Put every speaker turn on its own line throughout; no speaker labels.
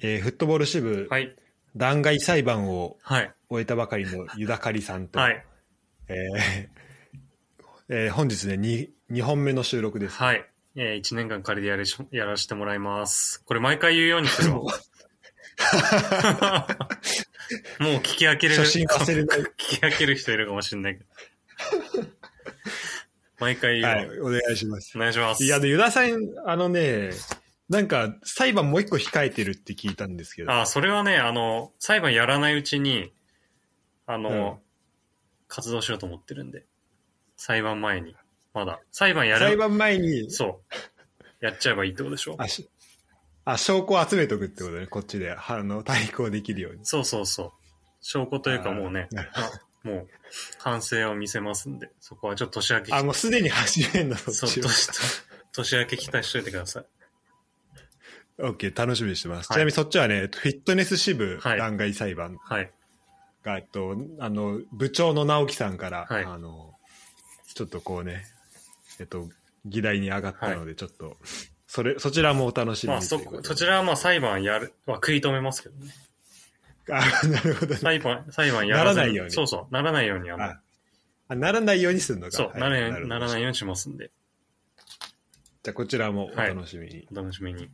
えーフットボール支部、
はい。
弾劾裁判を
はい。
終えたばかりのユダカリさんと、
はい。
えーえー本日ね 2, 2本目の収録です。
はい。えー、1年間借りでやれしやらせてもらいます。これ毎回言うようにす るわ。もう聞き飽きれる。
初心忘れない
聞き飽きる 人いるかもしれないけど。 毎回言うわ、
はい、お願いします。
お願いします。
いや、で、ユダさん、あのね、なんか裁判もう一個控えてるって聞いたんですけど、
あ、それはね、あの、裁判やらないうちに、あの、
うん
活動しようと思ってるんで。裁判前に。まだ。裁判や
裁
る。
判前に、
そう。やっちゃえばいいってことでしょ
あしあ証拠を集めとくってことね、こっちで、あの、対抗できるように。
そうそうそう。証拠というか
あー
もうね、
なる
もう反省を見せますんで、そこはちょっと年明け、
あ、もう すでに始めんだ、そ
そう
っち
年
は。
年明け期待しといてください。
オッケー、楽しみにしてます。
はい
ちなみにそっちはね、フィットネス支部
はい
弾劾裁判
はい。
が、えっと、あの、部長の直樹さんから、
はい
あの、ちょっとこうね、えっと、議題に上がったので、ちょっと、それ、そちらもお楽しみ
ま
に
あ
とい
そ
う
こ、
とで
そちらはまあ裁判やる、は食い止めますけどね。
あ、なるほど、ね。
裁判、裁判やらず
ならないように
そうそう、ならないようにあの、
ああならないようにするのか。
そう、
はい
なら
ほ
ない
ど
ならないようにしますんで、
じゃあ、こちらもお楽しみに。
お楽しみに。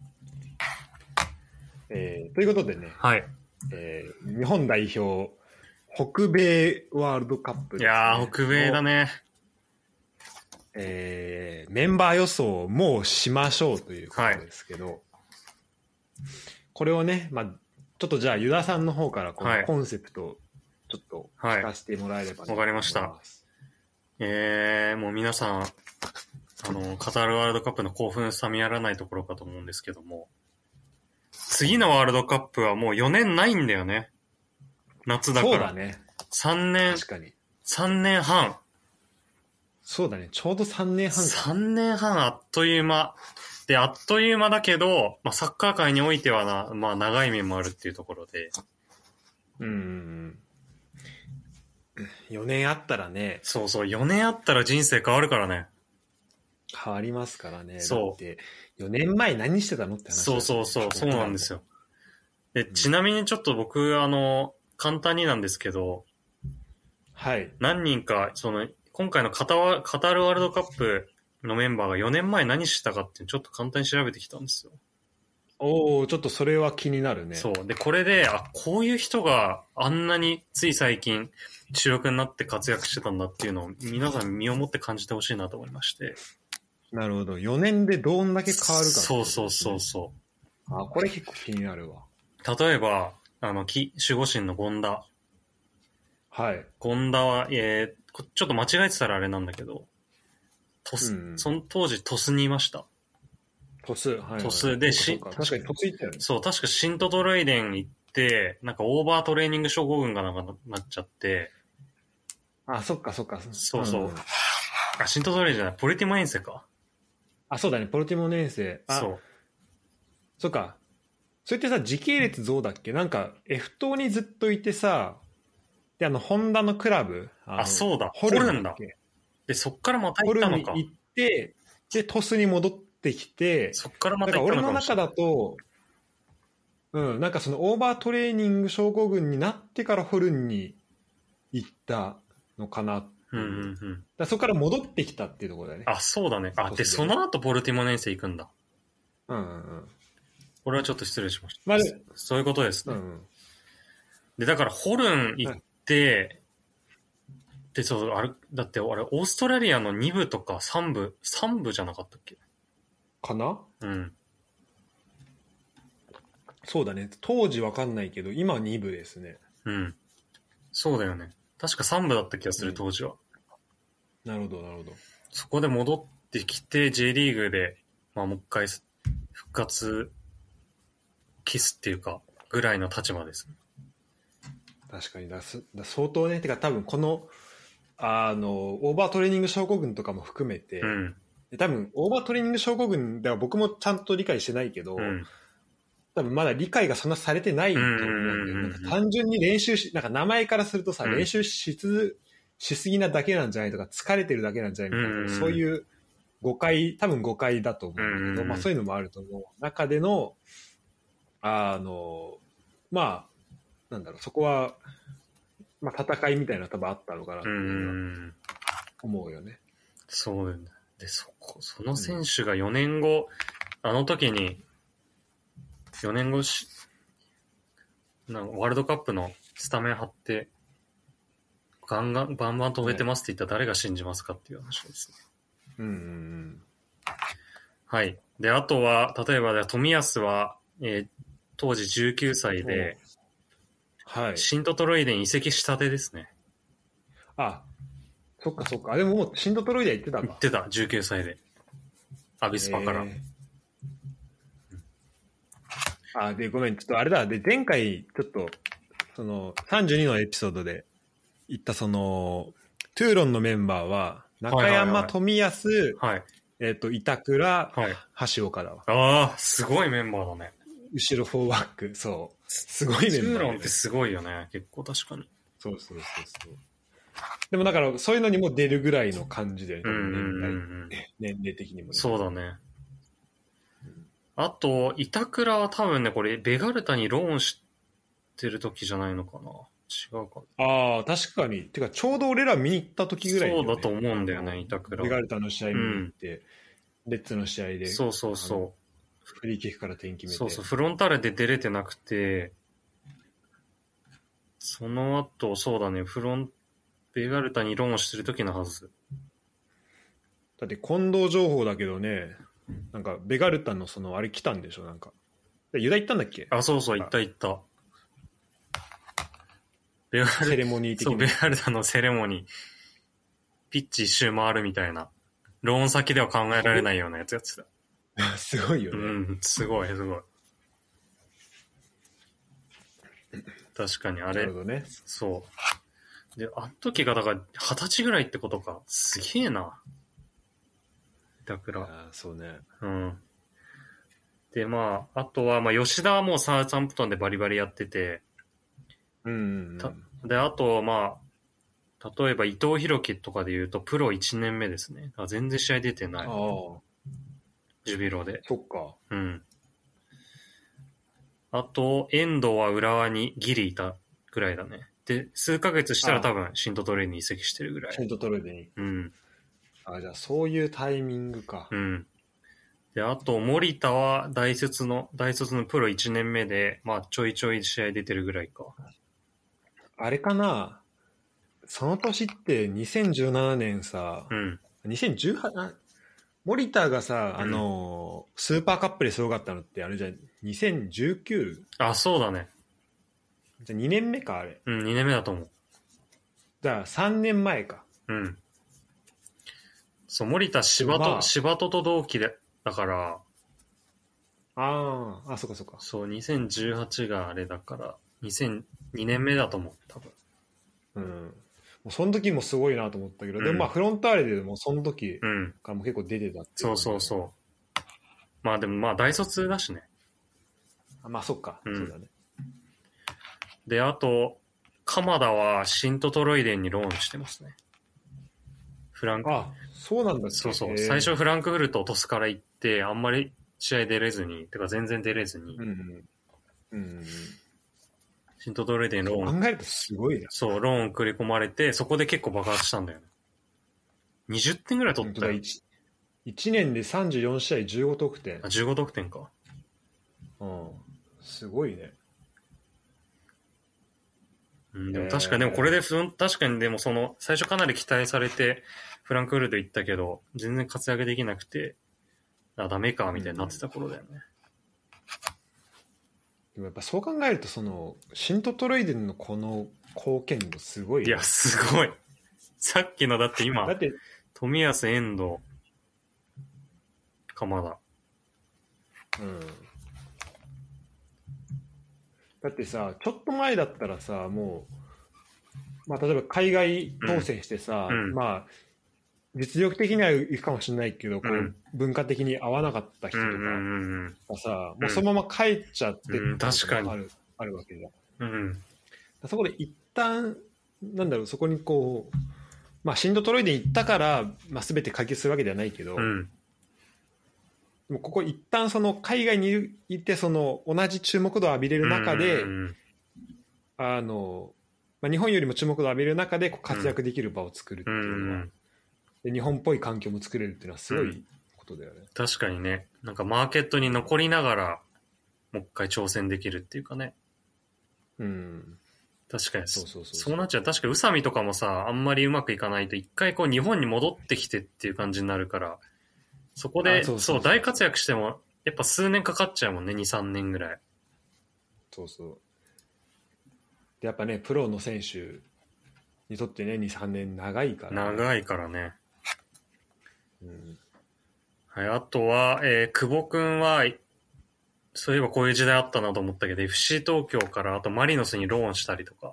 えーということでね、
はい。
えー日本代表、北米ワールドカップ
い
ですね、
やー、北米だね。
えーメンバー予想をもうしましょうということですけど、これをね、まあ、ちょっとじゃあ、ユダさんの方からこ
は
の
い
コンセプトをちょっと
はい
聞かせてもらえれば
わかりました
と思いす
えー、もう皆さん、あの、カタールワールドカップの興奮冷めやらないところかと思うんですけども、次のワールドカップはもう4年ないんだよね。夏だか
そう
ら。
だね、
3年、
確かに。
3年半。
そうだね、ちょうど3年半か。
3年半あっという間。で、あっという間だけど、まあ、サッカー界においてはな、まあ、長い面もあるっていうところで、
うん。4年あったらね、
そうそう、4年あったら人生変わるからね。
変わりますからね。
そう
だって、4年前何してたのって話、
そうそうそう、そうなんです
よ。
よ。で、
ん
ちなみにちょっと僕、あの、簡単になんですけど、
はい。
何人か、その、今回のカタワカタールワールドカップのメンバーが4年前何してたかっていうのをちょっと簡単に調べてきたんですよ。
おおちょっとそれは気になるね。
そう。で、これで、あ、こういう人があんなについ最近主力になって活躍してたんだっていうのを皆さん身をもって感じてほしいなと思いまして。
なるほど。4年でどんだけ変わるか、
そうそうそう。そ
あ、これ結構気になるわ。
う。例えば、あの、き守護神の権田。
はい。
権田は、えーこちょっと間違えてたらあれなんだけど、トス、
うん
その当時トスにいました。
トス。はい、
トスで
そう
し
かそうか確かにトスいったよね。
そう、確かシントトロイデン行って、なんかオーバートレーニング症候群がなんかななっちゃって、
あ、そっかそっか。
そうそうん
ん
あ、シントトロイデンじゃない、ポリティモエンセか。
あ、そうだね。ポルティモネンセ。あ、
そ
そう
う。
そっか。それってさ、時系列どうだっけなんか、F 島にずっといてさ、で、あの、ホンダのクラブ。あの
あ、そうだ、ホ
ホ
ル
ル
ン
ンだ
だ
っ。け
で、そっからまた
ホ
行っ
ル
た
ン
の
に
か。
行って、で、トスに戻ってきて、
そっからま
なんか
た行った
俺
の
の
かもしれ
中
ない。
だと、うん、なんかそのオーバートレーニング症候群になってからホルンに行ったのかな。
うんう
だか
んうん。
らそこから戻ってきたっていうところだね。
あ、そうだね。あ、
そう
で、
そ
そうの後ポルティモエンセ行くんだ。
うんうんうん。
これはちょっと失礼しました。
まあで
そういうことです
う
ね。
んうん。
で、だからホルン行って、で、そう、あれ、だって、あれ、オーストラリアの2部とか3部、3部じゃなかったっけ
かな
うん。
そうだね。当時わかんないけど、今2部ですね。
うん。そうだよね。確か3部だった気がす
う
る、
ん
当時は。
なるほど、なるほど。
そこで戻ってきて、J リーグで、まあ、もう一回す復活、キスっていうか、ぐらいの立場です。
確かにだす、だ相当ね。てか多分この、あの、オーバートレーニング症候群とかも含めて、
うん。
で多分オーバートレーニング症候群では僕もちゃんと理解してないけど、
うん。
多分まだ理解がそんなされてないと思うんだよ
うんうんうんう
ね。
ん
なんか単純に練習し、なんか名前からするとさ、
うん
練習しつ、しすぎなだけなんじゃないとか、疲れてるだけなんじゃないみたいな、
うんうんうん
そういう誤解、多分誤解だと思うんだけど、
うんうんうん
まあそういうのもあると思う。中での、あの、まあ、なんだろう、そこは、まあ、戦いみたいなの多分あったのかなって
う
いのは
ん。
思うよね。
そうだよね。で、そこ、その選手が4年後、あの時に、4年後し、なんかワールドカップのスタメン張って、ガンガン、バンバン飛べてますって言ったら誰が信じますかっていう話ですね。
うんうんうん。
はい。で、あとは、例えばで、富安は、えー当時19歳で、
はい。
シントトロイデン移籍したてですね。
あ、そっかそっか。あでももう、シンドトロイデ行ってたん
行
だ
っ。てた、19歳で。アビスパから。
えーあ、で、ごめん、ちょっとあれだ。で、前回、ちょっと、その、32のエピソードで言った、その、トゥーロンのメンバーは、中
はいはいは
山、
い
富安、
はい。
えっと、板倉、
はい。
橋岡だわ。
ああ、すごいメンバーだね。
後ろフォーバック、そう。すごいメ
ツ
ン
ー
バ
ロ
ー
ンっ
で
て
す。
すごいよね。結構確かに。
そうそうそうそう。でもだから、そういうのにも出るぐらいの感じだよね。
うんうんうん
年
う
代
ん。
年齢的にもね。
そうだね。あと、板倉は多分ね、これ、ベガルタにローンしてる時じゃないのかな。違うか。
ああ、確かに。てか、ちょうど俺ら見に行った時ぐらいよね、
そうだと思うんだよね、板
ベガ
倉。
ルタの試合見に行って、レッツの試合で、
そうそうそ
フリーキックから点
う。
決めて。
そうそう、フロンターレで出れてなくて、その後、そうだね、フロン、ベガルタにローンしてる時のはず。
だって、近藤情報だけどね、なんか、ベガルタのその、あれ来たんでしょ、なんか。でユダ行ったんだっけ
あ、そうそう、行った行った。ベガルタ
セレモニー的
そう、ベ
に。
アルダのセレモニー、ピッチ一周回るみたいな、ローン先では考えられないようなやつやつだ。
すごいよ
う
ね。
ん、すごい、すごい。確かに、あ
な
れ
るほ、どね。
そう。で、あの時が、だから、二十歳ぐらいってことか。すげえな。だから、
ああ、そうね。
うん。で、まあ、あとは、まあ、吉田はもうサーチャンプトンでバリバリやってて、
うんうん、う
た
ん。
で、あと、まあ、例えば伊藤洋樹とかで言うと、プロ1年目ですね。あ全然試合出てな
ああ
い。、ジュビロで。
そっか。
うん。あと、遠藤は浦和にギリいたぐらいだね。で、数ヶ月したら多分、シントトレインに移籍してるぐら
シェ
い。
ントトロイデに。
うん。
あじゃあ、そういうタイミングか。
うん。で、あと、森田は大卒の、大卒のプロ1年目で、まあ、ちょいちょい試合出てるぐらいか。
あれかなその年って2017年さ
う、ん。
2018あ森田がさ、
うん
あのースーパーカップですごかったのってあれじゃ2019じ
あ、そうだね。
ゃ2年目かあれ
うん、2年目だと思う。
じゃあ3年前か
うん。そう、森田柴
まあ
戸、柴戸と同期で、だから、
あーあそっかそっか
そう、2018があれだから、2002年目だと思う、多分。
うんもうその時もすごいなと思ったけど、
うん
でもまあフロンターレでもその時
うん。
からも結構出てたってい
そうそうそう。まあでもまあ大卒だしね。
あまあそっか、
うん
そうだね
で、あと、鎌田はシントトロイデンにローンしてますね。フランク、
あそうなんだっけ
そうそ
へ
う。
ー
最初フランクフルト鳥栖から行って、あんまり試合出れずに、てか全然出れずに
う、んうん、うん
シントトロイデンローン
うん、考えるとすごいな
そう、ローン繰り込まれて、そこで結構爆発したんだよね。20点ぐらい取
本
っ
当
た
だ
よ。
1, 年で34試合15得点
あ、15得点か。
うん、すごいね
うん、でも
えー
確か、でもこれでふん、確かにでもその、最初かなり期待されて、フランクフルト行ったけど、全然活躍できなくて、あ、ダメか、みたいになってた頃だよね。
でもやっぱそう考えるとそのシントトロイデンのこの貢献度すごい
い
ね
や、すごい。さっきの、だって
だ
今
っ、て
富安、遠藤、鎌田。
うんだってさちょっと前だったらさもう、まあ、例えば海外当選してさ、
うんうん
まあ実力的には行くかもしれないけど、こう
うん
文化的に合わなかった
う
人
ん
と
う
か
んうん
がさ、もうそのまま帰っちゃって
うん確かに
あるあるわけじゃん
うん。うん。
そこで一旦なんだろうそこにこうまあシンドトロイデン行ったから、まあ、全て解決するわけではないけど、
うん。
でもここ一旦その海外にいてその同じ注目度を浴びれる中で
うんうんうん
あの、まあ、日本よりも注目度を浴びる中でこう活躍できる場を作るって
う
い
ん
うの
う
は、
ん、
で日本っぽい環境も作れるっていうのはすご
う
い
ん
ことだよね。
確かにね、なんかマーケットに残りながら、もう一回挑戦できるっていうかね、
うん、
確かに
そうそうそう
そうなっちゃう。確かに宇佐美とかもさ、あんまりうまくいかないと、一回こう日本に戻ってきてっていう感じになるから、そこ
あ
で、そ
そううそうそう
大活躍しても、やっぱ数年かかっちゃうもんね、2、3年ぐらい。
そうそう。でやっぱねプロの選手にとってね23年長いから、
長いからね。
うん
はい、あとは、えー久保くんは、そういえばこういう時代あったなと思ったけど、FC 東京から、あとマリノスにローンしたりとか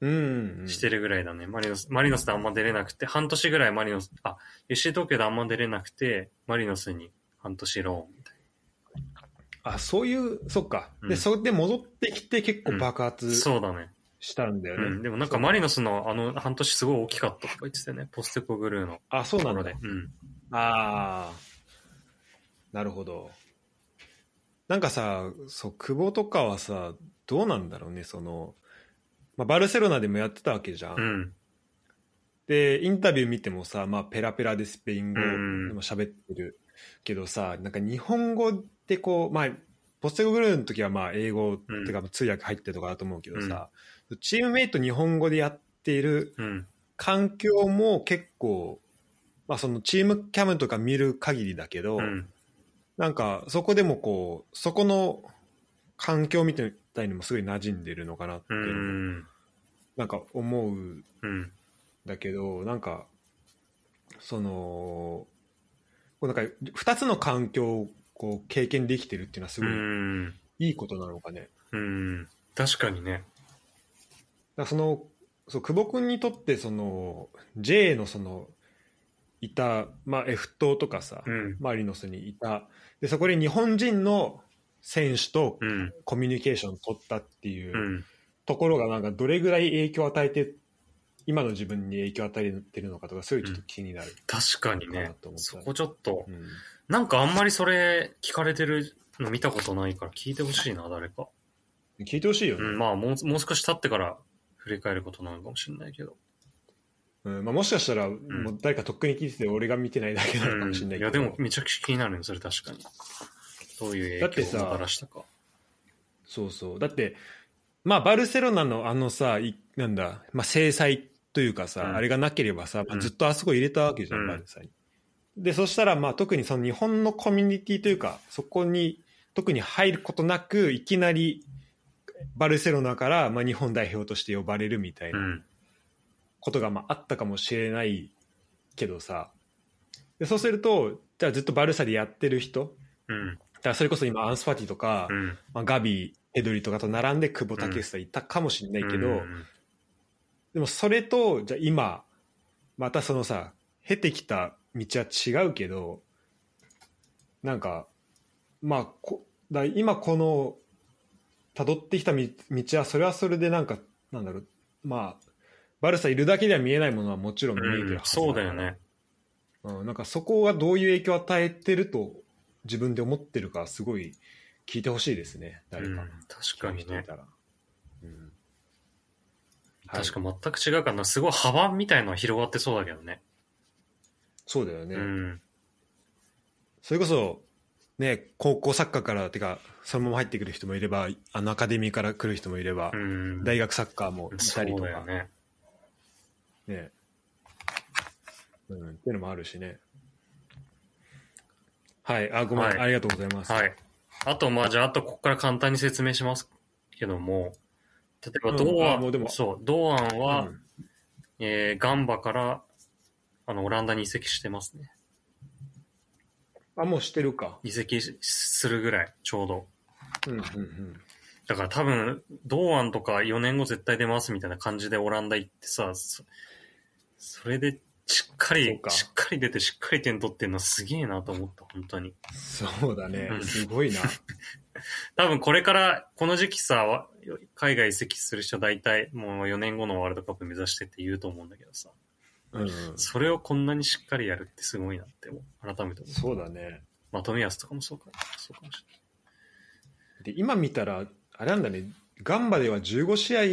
うんうん、
してるぐらいだね。マリノス、マリノスであんま出れなくて、半年ぐらいマリノス、あ、FC 東京であんま出れなくて、マリノスに半年ローンみたい
あそういうそっか、
う
で
ん
それで戻ってきて結構爆
な。
発
そうだね。
したんだよね、
うん、でもなんかマリノスのあの半年すごい大きかったとか言ってたよね。ポステコグルーの
あそう
と
なん
ころ
だ
で。うん。
ああなるほどなんかさそう久保とかはさどうなんだろうねその、まあ、バルセロナでもやってたわけじゃん、
うん。
でインタビュー見てもさ、まあ、ペラペラでスペイン語で
うん
も喋ってるけどさ、なんか日本語ってこうまあポステゴグルーの時はまあ英語、
うん
てか通訳入ってとかだと思うけどさ、チームメイト日本語でやっている
うん。
環境も結構、まあ、そのチームキャムとか見る限りだけど、
うん。
なんかそこでもこうそこの環境みたいにもすごい馴染んでるのかなって
う
いうのも
ん。
なんか思うん
うん。
だけどなんかそのこうなんか2つの環境をこう経験できてるっていうのはす
う
ごい
ん。
いいことなのかね。
うん。確かにね。
だからそのそう久保君にとってその J のそのいた、まあ、F 党とかさ、
うん。
マリノスにいたでそこで日本人の選手と
うん。。
コミュニケーションを取ったっていうううんところがなんかどれぐらい影響を与えて今の自分に影響を与えてるのかとかすごいちょっと気になる
確かに
かな
ね。
と思った
そこちょっと
う、ん
なんかあんまりそれ聞かれてるの見たことないから聞いてほしいな、誰か。
聞いてほしいよ
う
ね、
ん。まあ、もう、もう少し経ってから振り返ることなのかもしれないけど。
うんまあ、もしかしたらもう誰かとっくに聞いてて俺が見てないだけなのかもしれないけ
い
ど、
や、でもめちゃくちゃ気になるね、それ確かに。どういう
だって
影響
さ
をもたらしたか。
そうそうだってまあバルセロナのあのさいなんだ、まあ、制裁というかさ、
うん
あれがなければさ、まあ
うん
ずっとあそこ入れたわけじゃん、
うん。
バルサに。でそしたらまあ特にその日本のコミュニティというかそこに特に入ることなくいきなりバルセロナからまあ日本代表として呼ばれるみたいうなんことがまああったかもしれないけどさでそうするとじゃあずっとバルサでやってる人
うん。
だからそれこそ今アンスファティとか、
うん。
まあ、ガビ、エドリとかと並んで久保建英いたかもしれないけど、
うん
でもそれと、じゃあ今、またそのさ、経てきた道は違うけど、なんか、まあ、こだ今この、辿ってきたみ道は、それはそれでなんか、なんだろう、まあ、バルサいるだけでは見えないものはもちろん見えてるはず
そうだ
から
よね。
うん、なんかそこがどういう影響を与えてると、自分で思ってるか、すごい聞いてほしいですね、誰
うん
か。
確かにね。
うんはい
確か全く違うからな。すごい幅みたいのは広がってそうだけどね。
そうだよね、
うん。
それこそね高校サッカーからてかそのまま入ってくる人もいればあのアカデミーから来る人もいれば、
うん。
大学サッカーもい
そ
たり
う
と
だ
か
よね。
ねうん、っていうのもあるしねはいあごめん、
はい
ありがとうございます、
はい。あと、まあ、じゃあ、あと、ここから簡単に説明しますけども、例えば、
うん
堂
あもうで
安、
も
そう、堂安
う
は、
ん
えーガンバから、あの、オランダに移籍してますね。
あもうしてるか
移籍しするぐらい、ちょうど。
うんうんうん
だから多分、堂安とか4年後絶対出ますみたいな感じでオランダ行ってさ、そそれでしっか
そ
り
う、か
しっかり出てしっかり点取ってんのすげえなと思った、本当に。
そうだね
うん
すごいな
多分これから、この時期さ、わ海外移籍する人大体もう4年後のワールドカップ目指してって言うと思 うんだけどさ、
うん、うん、
それをこんなにしっかりやるってすごいなって、改めて思
そうだね
う。まあ、富安とかもそうか。そうかもしれない。
で今見たらあれなんだねガンバでは15試合、
うん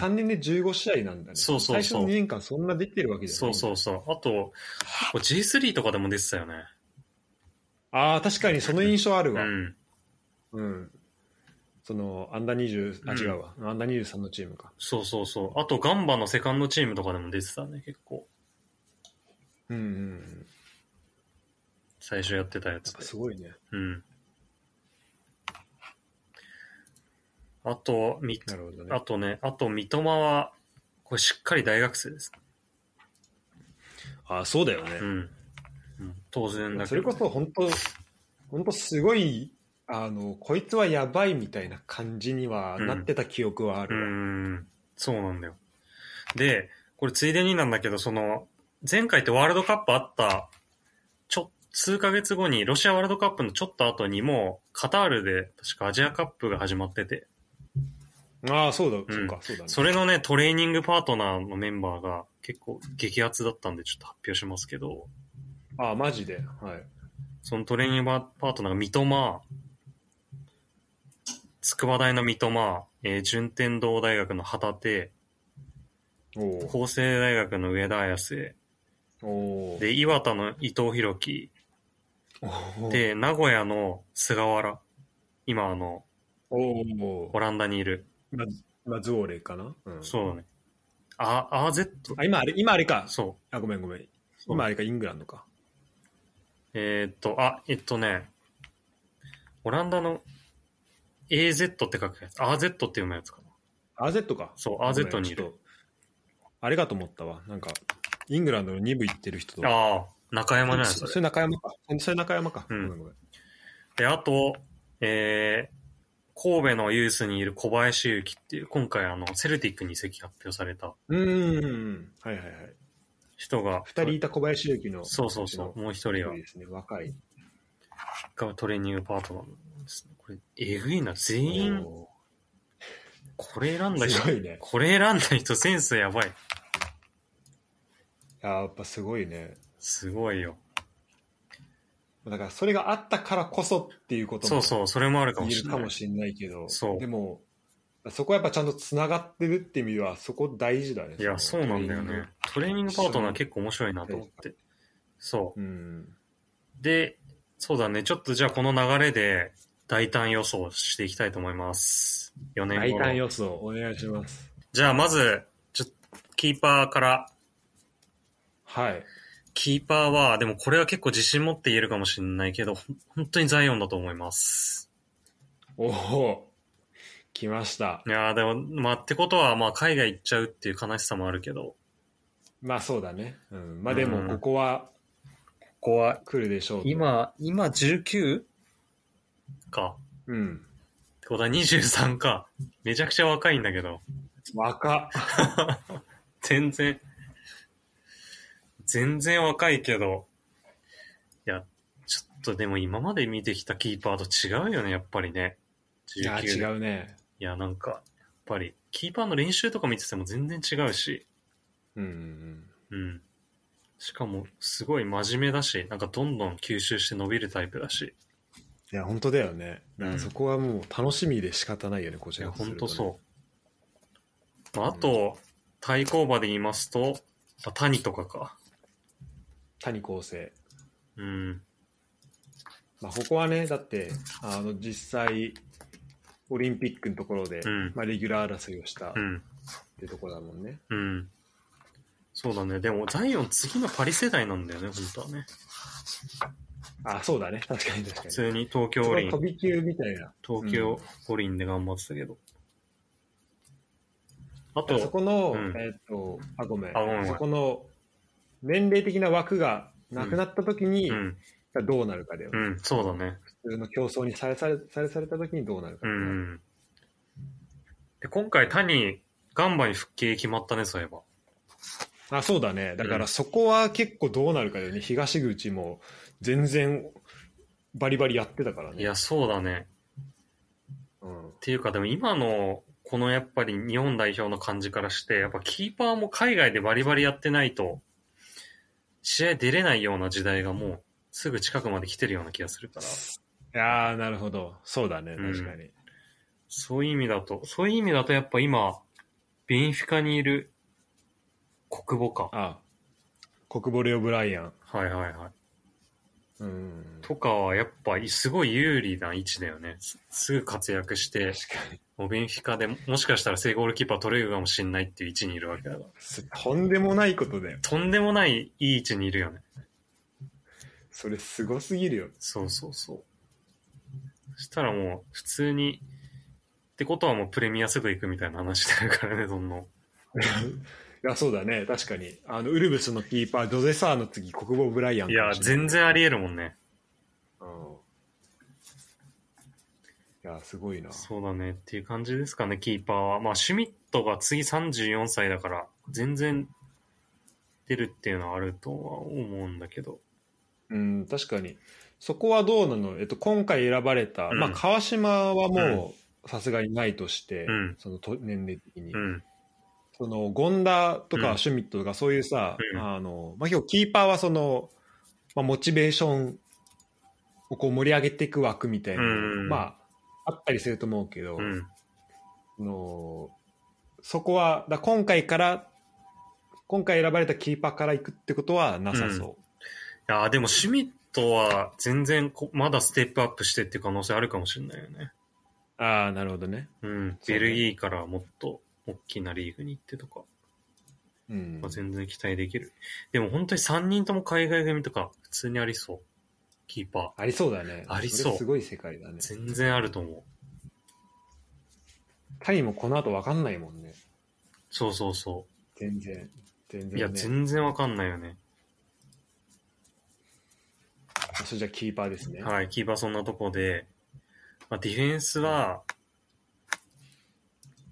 3年で15試合なんだね
そうそうそ
最
う
初の2年間そんなできてるわけじゃな
そ
いう
そうそう。あと、こう G3 とかでも出てたよね。
ああ確かにその印象ある
う
わうん、
ん。
そのアンダー20あ
うん
違うわ、アンダー23のチームか
そうそうそう。あと、ガンバのセカンドチームとかでも出てたね、結構。
うんうんうん
最初やってたやつで。
すごいね
うん。あと、み
なるほどね
あとね、あと、三笘は、これしっかり大学生です。
ああそうだよね
う、ん。うん当然だ
そ
け
れ
どね、
こそ本当本当すごいあのこいつはやばいみたいな感じにはなってた記憶はあ
う
るわ、
ーん、そうなんだよ。で、これついでになんだけど、その、前回ってワールドカップあった、ちょ、数ヶ月後に、ロシアワールドカップのちょっと後にもう、カタールで、確かアジアカップが始まってて、
ああそうだ、
ん
そっかそうだね
それのね、トレーニングパートナーのメンバーが結構激アツだったんで、ちょっと発表しますけど、
ああマジではい
そのトレーニングパートナーが三笘、筑波大の三笘、えー順天堂大学の旗手、
おお
法政大学の上田綾瀬、
お
で、岩田の伊藤博樹、
お
で、名古屋の菅原、今あの、
おお
オランダにいる。
まず、まず俺かな、うん、
そうだね。あ、アーゼット
あ今あれ今あれか
そう。
あごめんごめん
そう
今あれかイングランドか
えーっと、あ、えっとね、オランダの AZ って書くやつ。AZ って読むやつかな。
RZ か
そう、AZ にい
ちょっ
る。
とあれかと思ったわなんかイングランドの2部行ってる人と
ああ、中山じゃない
そ
それ
そ。れ中山かそれ中山か、
うん
ごめんごめん
で、あと、えー、神戸のユースにいる小林祐希っていう、今回あの、セルティックに移籍発表された
うーんはいはいはい
人が、
2人いた小林祐希の
そうそうそう、もう一人
一
が
人ですね若い
がトレーニングパートナーなんですね。これ、えぐいな。全員、
お
これ選んだ
ーす
人、
ごいね
これ選んだ人センスやばい。
いややっぱすごいね
すごいよ。
だからそれがあったからこそっていうこと
そうそう、それもあるかも
言え
し
る
れな
か
い
も。しれないけど
そう
でもそこはやっぱちゃんとつながってるって意味ではそこ大事だね
いや、
そ
そ
の
うなんだよね。トレーニングパートナー結構面白いなと思って。そ
うん
う。で、そうだね。ちょっとじゃあこの流れで、大胆予想していきたいと思います。4年後
大
の。
胆予想お願いします
じゃあまず、ちょっと、キーパーから。
はい
キーパーは、でもこれは結構自信持って言えるかもしれないけど、ほん本当にザイオンだと思います。
おお来ました
いやーでも、まあ、ってことは、まあ、海外行っちゃうっていう悲しさもあるけど、
まあそうだね、うん、まあで
うん
もここは
ここは、
来るでしょうと、
今、今 19? か。
うん
ってことは23か。めちゃくちゃ若いんだけど、
若っ
全然、全然若いけど、いや、ちょっとでも今まで見てきたキーパーと違うよね、やっぱりね。19
いや
で
違うね
いや、なんか、やっぱり、キーパーの練習とか見てても全然違うし、
うんうんうん
うん。しかも、すごい真面目だし、なんかどんどん吸収して伸びるタイプだし。
いや本当だよね、だか
うん
らそこはもう楽しみで仕方ないよねこち
いや、
ら
ほん
と
と
するとね
そう。まあ、あと、対抗馬で言いますと、まあ、谷とかか。
谷康生
うん。
まあ、ここはね、だって、あの実際、オリンピックのところで、
うん
まあ、レギュラー争いをしたっ
うん。
ていうところだもんね。
うん。そうだね。でも、ザイオン次のパリ世代なんだよね、本当はね。
あ、そうだね、確かに確か
普
に。そ
通に東京
こ
五
は
輪、
飛び級みたいな。
東京五輪で頑張ってたけど。あ
あそ
と、
この、
うん
えーっと、あ、ごめん、
あごめんごめん
そこの年齢的な枠がなくなった時に、
うん、
どうなるかだよ、
うん、そうだね。
普通の競争にされされされされた時にどうなるか
う
だよね、
ん。で、今回、谷、ガンバに復帰決まったね、そういえば。
あ、そうだね。だか
う
ら
ん
そこは結構どうなるかだよね。東口も全然バリバリやってたからね。
いや、そうだね。
うん
っ、ていうか、でも今の、このやっぱり日本代表の感じからして、やっぱキーパーも海外でバリバリやってないと、試合出れないような時代がもうすぐ近くまで来てるような気がするから、
いやー、なるほど。そうだね、
うん
確かに。
そういう意味だと、そういう意味だとやっぱ今、ベンフィカにいる国母か。
あ国ボレオ・ブライアン。
はいはいはい。
うん。
とかはやっぱすごい有利な位置だよね。すすぐ活躍して、
確かに。
もうベンフィカでももしかしたら正ゴールキーパー取れるかもしれないっていう位置にいるわけだから。
すとんでもないことだよ。
とんでもないいい位置にいるよね。
それすごすぎるよ。
そうそうそう。そしたらもう普通に、ってことはもうプレミアすぐ行くみたいな話だからね、どんどん。
いや、そうだね、確かに。あの、ウルブスのキーパー、ドゼサーの次、国防ブライアン
い
か
や
も、しれない
全然あり得るもんね。
うんいや、すごいな。
そうだねっていう感じですかね、キーパーは。まあ、シュミットが次34歳だから、全然出るっていうのはあるとは思うんだけど。
うん、確かに。そこはどうなのえっと、今回選ばれた、
うん
まあ、川島はもう、さすがにないとして、
うん
そのと年齢的に。
うん。
その、権田と
うん
か、シュミットとか、そういうさ、
うん
あの、まあ、今日、キーパーはその、まあ、モチベーションをこう盛り上げていく枠みたいな、
うん
まあ、あったりすると思うけど、
うん。
あのそこはだ今回から今回選ばれたキーパーから行くってことはなさそ
いやーでもシュミットは全然こまだステップアップしてっていう可能性あるかもしれないよね。
う、ああなるほどね、
うん。
そう
ベ
ね
ルギーからもっと大きなリーグに行ってとか、
うん
まあ、全然期待できる。でも本当に3人とも海外組とか普通にありそう。キーパー。
ありそうだね
ありそう
れすごい世界だね
全然あると思う。
タイもこの後分かんないもんね
そうそうそ
全然全然、
う。
ね、
いや、全然わかんないよね。
それじゃあキーパーですね、
はい、キーパーそんなとこで、まあ、ディフェンスは、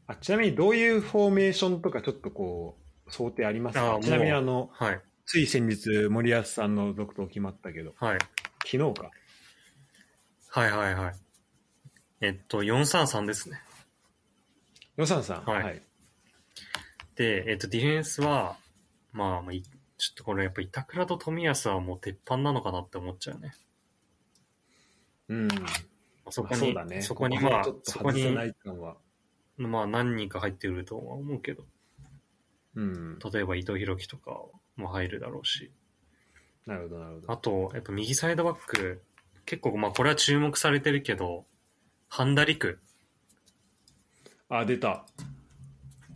あちなみにどういうフォーメーションとかちょっとこう想定あります
あー
か
もう
ちなみにあの
はい、
つい先日森保さんの続投決まったけど
はい、
昨日か
はい、はい、はい。えっと、433ですね。
予算さん
はいで、えっと、ディフェンスは、まあ、まあ、いちょっとこれやっぱ板倉と冨安はもう鉄板なのかなって思っちゃうね。
うん
まあそこ
あそ
に、
うだね
そこにまあ
ちょっ、と
そこ
外
に
せ、ない感は
まあ何人か入ってくるとは思うけど、
うん
例えば伊藤洋樹とかも入るだろうし、
なるほどなるほど
あと、やっぱ右サイドバック、結構まあこれは注目されてるけど、ハンダリク、
あ、出た。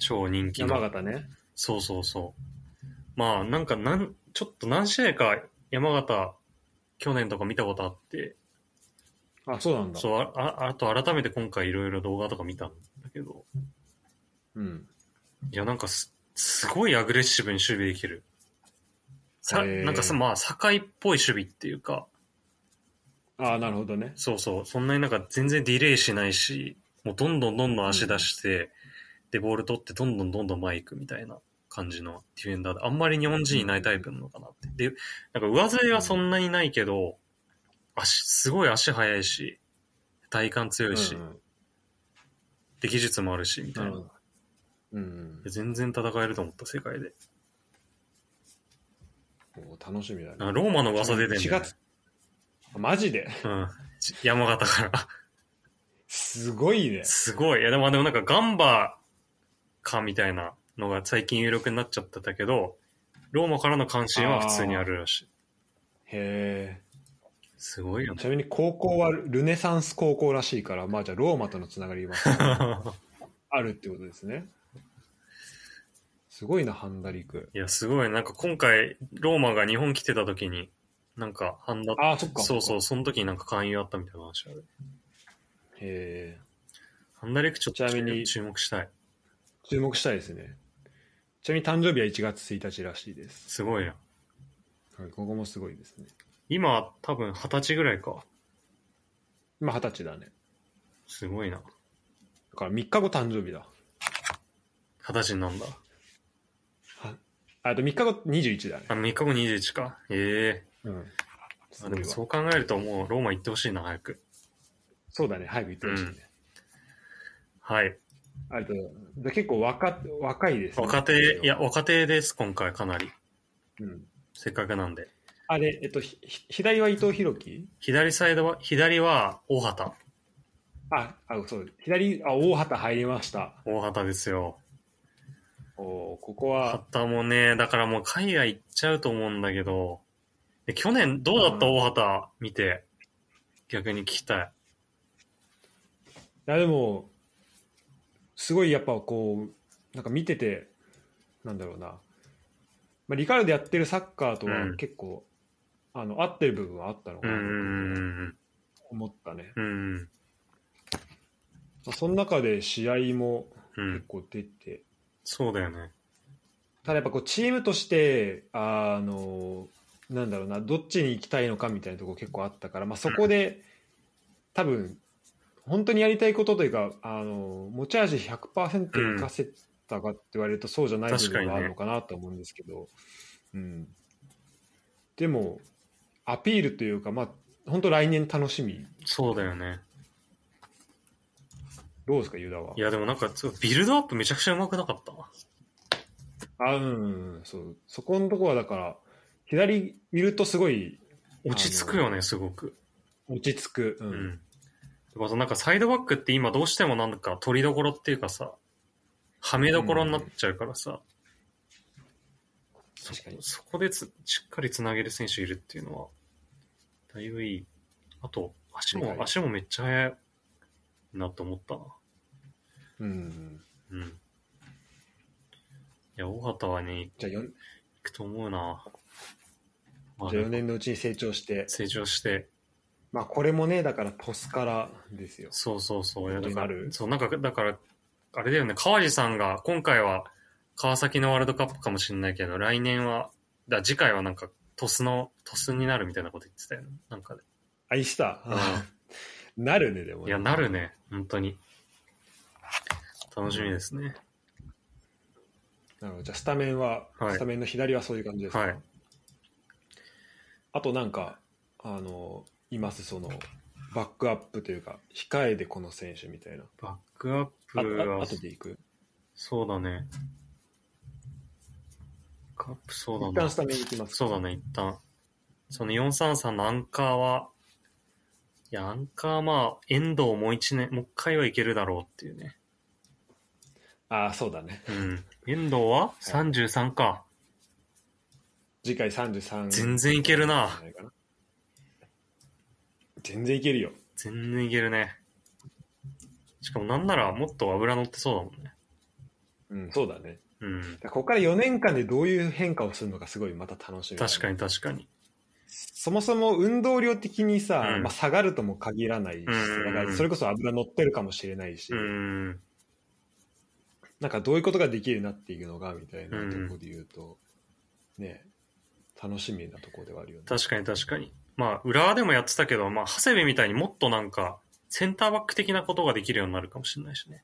超人気の
山。形ね。
そうそうそう。まあ、なんか、なん、ちょっと何試合か山形、去年とか見たことあって、
あ、そうなんだ。
そう、あああと改めて今回いろいろ動画とか見たんだけど、
うん。
いや、なんかす、すごいアグレッシブに守備できる。さ、
へー
なんかさ、まあ、境っぽい守備っていうか、
あ、なるほどね。
そうそう、そんなになんか全然ディレイしないし、もうどんどんどんどん足出して、で、ボール取ってどんどんどんどん前行くみたいな感じのディフェンダーで、あんまり日本人いないタイプなのかなって。で、なんか上背はそんなにないけど、足、すごい足速いし、体幹強いし、
うんうん
で、技術もあるし、みた
ないる
な
ほ。ど。うん
で全然戦えると思った、世界で。
うん。お楽しみだね。
なんかローマの噂出てん
4
だよね
月。あマジで
うん。ち山形から。
すごいね。
すごい。いや、でも、でもなんかガンバかみたいなのが最近有力になっちゃってたけど、ローマからの関心は普通にあるらしい。
へ
すごいよ
え。
ね
ち。なみに高校はルネサンス高校らしいから、まあじゃあローマとのつながりはあるってことですね。すごいな、ハンダリク。
いや、すごい。なんか今回、ローマが日本来てた時に、なんか、ハンダ、
あ、そっか。
そうそう、
う。
その時になんか勧誘あったみたいな話ある。
へえ。
ハンダレクちょっと
ちなみに
注目したい。
注目したいですね。ちなみに誕生日は1月1日らしいです。
すごいな。
はい、ここもすごいですね。
今、多分二十歳ぐらいか。
今二十歳だね。
すごいな。
だから3日後誕生日だ。
二十歳になんだ。
はああと3日後21だね
あ、。3日後21か。え
うん。
え
す
で
ごい
も
わ
そう考えるともうローマ行ってほしいな、早く。
そうだね。早く行ってほしいね。
はい。
あと、じゃあ結構若若いですね。
若手、いや、若手です、今回かなり。
うん。
せっかくなんで。
あれ、えっと、ひひ左は伊藤洋樹
左サイドは、左は大畑。
あ、あ、そう、左、あ、大畑入りました。
大畑ですよ。
おーここは、
畑もね、だからもう海外行っちゃうと思うんだけど、え去年どうだった
うん
大畑見て、逆に聞きたい。
いやでも、すごいやっぱこう、なんか見てて、なんだろうな、まあ、リカルドやってるサッカーと
う
は
ん
結構、あの合ってる部分はあったの
う
か
ん
な
う
と
ん
思ったね。
うんうん。うん
まあ、その中で試合も
う
結
ん。
構出て、
そうだよね。
ただやっぱこうチームとして、あの、なんだろうな、どっちに行きたいのかみたいなところ結構あったから、まあ、そこで多分、本当にやりたいことというか、あの持ち味100%生かせたかって言われると、そうじゃない部分があるのかなと思うんですけど、うん、でも、アピールというか、まあ、本当来年楽しみ、
そうだよね。。
どうですか、ユダはい
や、でもなんか、そうビルドアップめちゃくちゃ上手くなかった。
あうんうんうん、そうそこのとこはだから、左いるとすごい
落ち着くよね、すごく。
落ち着く。うん
うん。またなんかサイドバックって今どうしてもなんか取りどころっていうかさ、はめどころになっちゃうからさ、
確かに
そこでつしっかりつなげる選手いるっていうのは、だいぶいい。あと、足も、
はい
足もめっちゃ速いなと思ったな。
うん、
うん。いや、大畑はね、
じゃあ 4,
行くと思うな。まあ
じゃあ、4年のうちに成長して、
成長して、
まあ、これもね、だから鳥栖からですよ。
そうそうそう。いやだか
な
ら
る、
そう、なんか、だから、あれだよね、川地さんが、今回は川崎のワールドカップかもしれないけど、来年は、だ次回はなんか、トスの、トスになるみたいなこと言ってたよね。なんかね、
愛した。 なるね、でも、
いや、なる。ね、本当に。楽しみですね。
なるほどじゃあ、スタメンは、
はい
スタメンの左はそういう感じですか、
はい
あとなんか、あの、います、その、バックアップというか、控えでこの選手みたいな。
バックアッ
あ
プ
あ
は、
後でいく。
そうだね。バックアップ、そうだ
一
ね。
旦スタメンいきます。
そうだね、一旦。その433のアンカーは、いや、アンカーまあ、遠藤もう一年、もう一回はいけるだろうっていうね。
ああ、そうだね。
うん。遠藤は ?33 か。
次回33。
全然いける
じゃ
な。
ないかな全然いけるよ。
全然いけるね。しかもなんならもっと油乗ってそうだもんね。
うん、そうだね。
うん。
ここから4年間でどういう変化をするのかすごいまた楽しみだね
確かに確かに。
そもそも運動量的にさ、
うん
まあ、下がるとも限らないし、
うん
だからそれこそ油乗ってるかもしれないし、
うん。
なんかどういうことができるようになっていくのかみたいな
うん
ところで言うと、ね楽しみなところではあるよね
確かに確かに。まあ、浦和でもやってたけど、まあ、長谷部みたいにもっとなんか、センターバック的なことができるようになるかもしれないしね。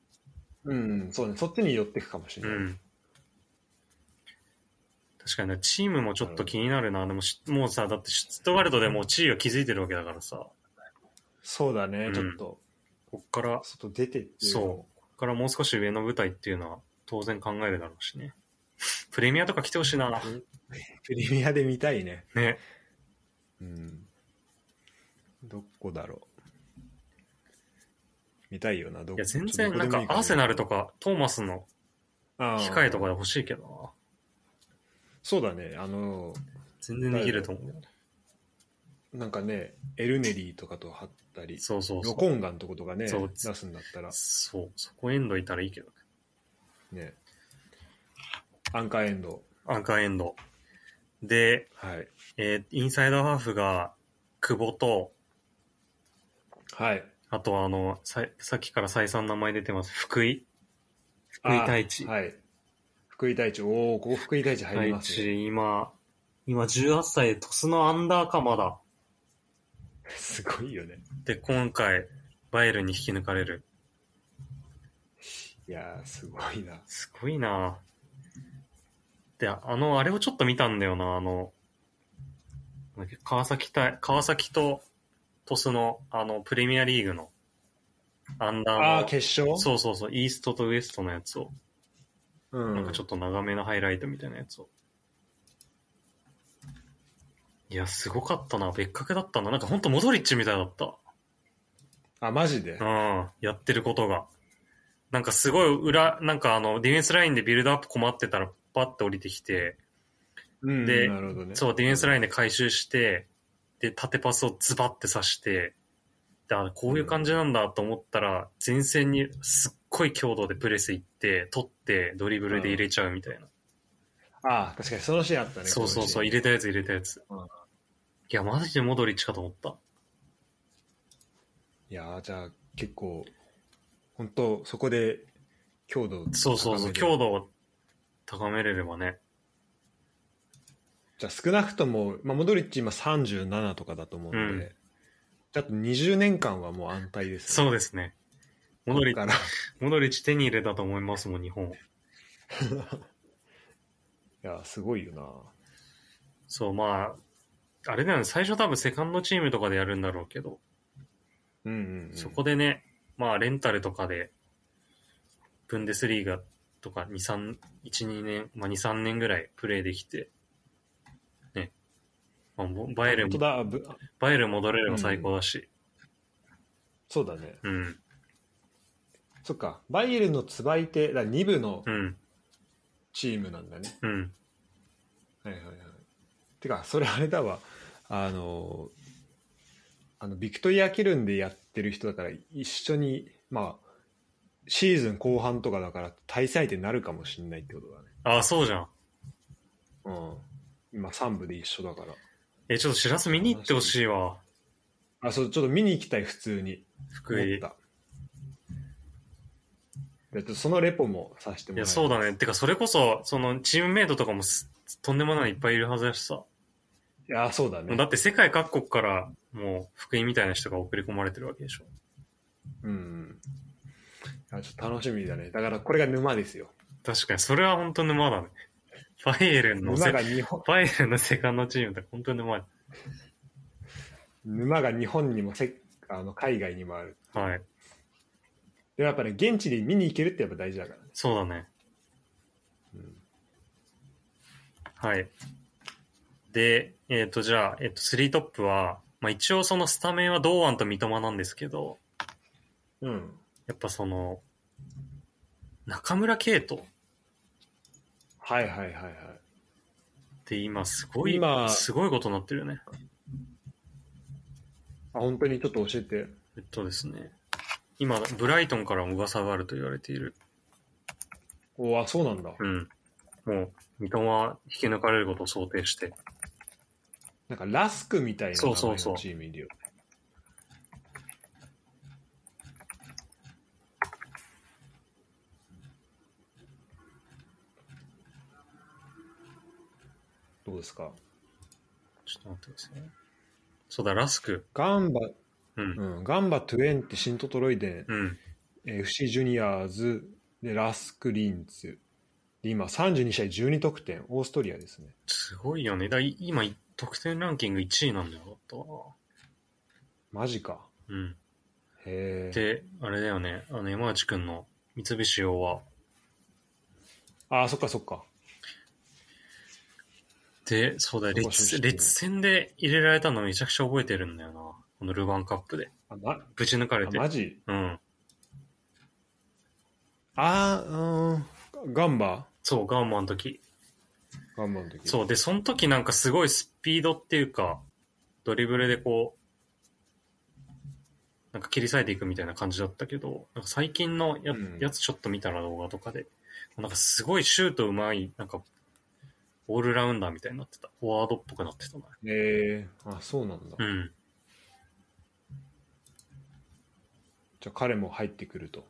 うんそうねそっちに寄っていくかもしれ
う
ない、
ん。確かにね、チームもちょっと気になるな。でもし、もうさ、だってシュツットガルトでもう地位を築いてるわけだからさ、
そうだね、
うん
ちょっと
こっから、こ
外出てっていうのも
っからもう少し上の舞台っていうのは当然考えるだろうしね。 プレミアとか来てほしいな。
プレミアで見たいね
ね。
うんどこだろう見たいよなどこ
いや、全然、
どこ
な
で
ん
も
か
いい、
アーセナルと
か
か、トーマスの
あー
控えとかで欲しいけど
そうだね、あの、
な。全然できると思うよ。
なんかね、エルネリーとかと貼ったり、
そうそう
ロ
そ
コ
う。
ンガンとことかね、
そう
出すんだったら、
そう、そこエンドいたらいいけどね。
ね、アンカーエンド、
アンカーエンド。で、
はい、
えーインサイドハーフが久保と、
はい、
あとあの、ささっきから再三名前出てます、福井。福井
あ
太一。
はい、福井太一、おお、ここ福井太一入り
太
ますね、
一、今、今18歳で鳥栖のアンダーかまだ。
すごいよね。
で、今回、バイエルンに引き抜かれる。
いやー、すごいな。
すごいなで、あの、あれをちょっと見たんだよな、あの、なんだっけ川崎対、川崎と鳥栖の、あの、プレミアリーグの、アンダーの
ああー、決勝
そうそうそう、イーストとウエストのやつを。
う、ん、
なんかちょっと長めのハイライトみたいなやつをいや、すごかったな。別格だったな。なんかほんとモドリッチみたいだった。
あ、マジで
うん。やってることが。なんかすごい裏、なんかあの、ディフェンスラインでビルドアップ困ってたら、パッて降りてきて、
うん、
で
なるほどね。
そう、ディフェンスラインで回収して、で、縦パスをズバッて刺して、であこういう感じなんだと思ったら、前線にすっごい強度でプレス行って、取って、ドリブルで入れちゃうみたいな。
あ確かにそのシーンあったね。
そう
こ
そうそう、
のシーン
入れたやつ入れたやつ。
うん
いや、マジでモドリッチかと思った。
いやーじゃあ結構、本当そこで強度を高めて
そうそうそう、強度を高めれればね。
じゃあ少なくとも、まあ、モドリッチ今37とかだと思うので、
うん
じゃああと20年間はもう安泰です、
そうですね。モドリッ
だ
チ、
から、
モドリッチ手に入れたと思いますもん、日本。
いや、すごいよな。
そう、まあ、あれだよね、最初多分セカンドチームとかでやるんだろうけど、
うんうん、うん。
そこでね、まあ、レンタルとかで、ブンデスリーガとか2、3、1、2年、まあ、2、3年ぐらいプレーできて、ね。まあ、ぼバイエルン
本当だ、ぶ
バイエルン戻れれば最高だし、
そうだね。
うん、
そっか、バイエルンのつばい手、だ2部の
うん、
チームなんだね。
うん。
はいはいはい。てか、それあれだわ。あの、あのビクトリア・ケルンでやってる人だから、一緒に、まあ、シーズン後半とかだから、対戦相手になるかもしれないってことだね。
あ、そうじゃん。
うん。今、3部で一緒だから。
え、ちょっとしらす見に行ってほしいわ、
あ、そう、ちょっと見に行きたい、普通に。
福
思
井。
っ
い
た。でちょっとそのレポもさせてもらい
や、
ます
そうだね。てか、それこそ、その、チームメイトとかもすとんでもないいっぱいいるはずだしさ。
いや、そうだね。
だって世界各国から、もう、福井みたいな人が送り込まれてるわけでしょ。
うん。いやちょっと楽しみだね。だから、これが沼ですよ。
確かに、それは本当沼だね。バイエルンの
沼
せ、
が日本。
バイエルンのセカンドチームって本当に沼だ。
沼が日本にもせあの海外にもある
はい。
でもやっぱね現地で見に行けるってやっぱ大事だからね、
そうだね。
うん
はい。で、えっ、と、じゃあ、えっ、と、スリートップは、まあ一応そのスタメンは堂安と三笘なんですけど、
うん、
やっぱその、中村敬斗っ
はいはいはいはい
て今すごい、
今
すごいことになってるよね。
あ本当にちょっと教えて
えっとですね。今、ブライトンからも噂があると言われている。
おあそうなんだ
うん。もう、三笘は引き抜かれることを想定して。
なんかラスクみたいな名前
そう
の
そうそう
チームいるよどうですか
ちょっと待ってくださいね。そうだ、ラスク。
ガンバ、
うん。
うん、ガンバ20シントトロイデン、
うん。
えー FC ジュニアーズでラスク・リンツで今32試合12得点オーストリアですね
すごいよね。だい今、得点ランキング1位なんだよ。だったわ
マジか
うん。
へえ
で、あれだよね。あの、山内くんの三菱洋は。
あーそっかそっか
で、そうだよ。
そうそうそ
列
う
列戦で入れられたのめちゃくちゃ覚えてるんだよな。このルヴァンカップで。
あ、ま、あ
ぶち抜かれて。
マジ
うん。
あーうーんガンバ
そう、ガンマンの時。
ガンバの時
そう。で、その時なんかすごいスピードっていうか、ドリブルでこう、なんか切り裂いていくみたいな感じだったけど、なんか最近のや,、
うん
やつちょっと見たら動画とかで、なんかすごいシュートうまい、なんか、オールラウンダーみたいになってた。フォワードっぽくなってたな。
へえあそうなんだ、
うん。
じゃあ彼も入ってくると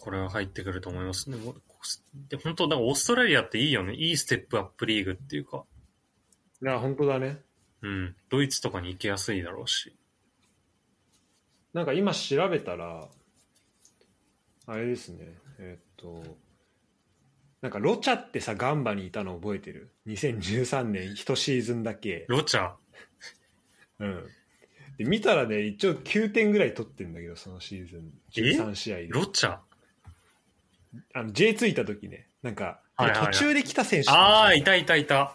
これは入ってくると思いますね。もうで本当、なんかオーストラリアっていいよね。いいステップアップリーグっていうか、
いや本当だね
うん。ドイツとかに行きやすいだろうし。
なんか今調べたらあれですねえーっとなんかロチャってさガンバにいたの覚えてる2013年1シーズンだけ
ロチャ、
うん、で見たらね一応9点ぐらい取ってるんだけどそのシーズン
え
13試合で
ロチャ。
あの J2 いた時ねなんか、
はいはいはい
途中で来た選手
ああ、い
い
たいたいた。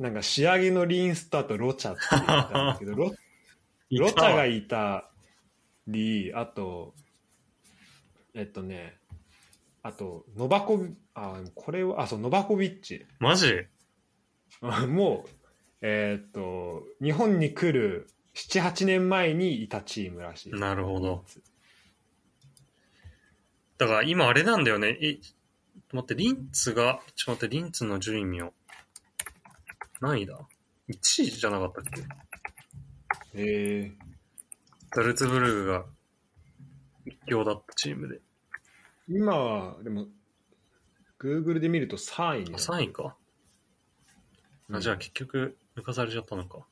なんか仕上げのリーンスターとロチャって言ったんだけ ど、ロロチャがいたり、あと、えっとね、あと、ノバコビ、あ、これは、あ、そう、ノバコビッチ。
マジ
もう、えーっと、日本に来る7、8年前にいたチームらしい。
なるほど。だから今あれなんだよね。え、ちょっと待って、リンツが、ちょっと待って、リンツの順位見よう。何位だ ?1 位じゃなかったっけ
え
ザルツブルグが一強だったチームで。
ー、今は、でも、Google で見ると3位
あ、
ね。
3位か。
う
あ、
ん
じゃあ結局抜かされちゃったのか。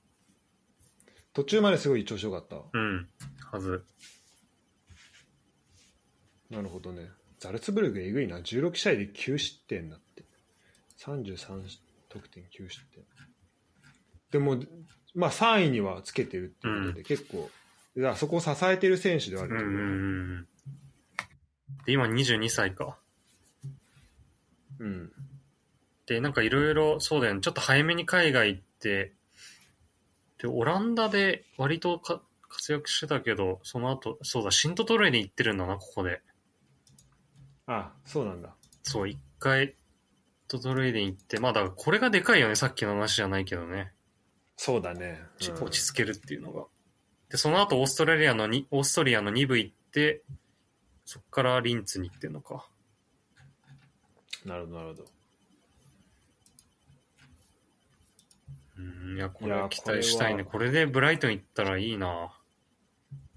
途中まですごい調子よかった。
うん。はず。
なるほどね。ザルツブルグえぐいな。16試合で9失点だって。33得点9失点。でも、まあ3位にはつけてるっていうことで、結構、だからそこを支えてる選手ではあ
うん
る
う
けど、
んうんうん。で、今22歳か。
うん
で、なんかいろいろ、そうだよね。ちょっと早めに海外行って、で、オランダで割とか活躍してたけど、その後、そうだ、シントトレイに行ってるんだな、ここで。
あ、そうなんだ。
そう、一回、シントトレイに行って、まあだからこれがでかいよね、さっきの話じゃないけどね。
そうだね。
ち
うん
落ち着けるっていうのが。で、その後オーストラリアのに、オーストリアの2部行って、そっからリンツに行ってんのか。
なるほど、なるほど。
うん、いや、これ
いや
は期待したいね。これでブライトン行ったらいいな。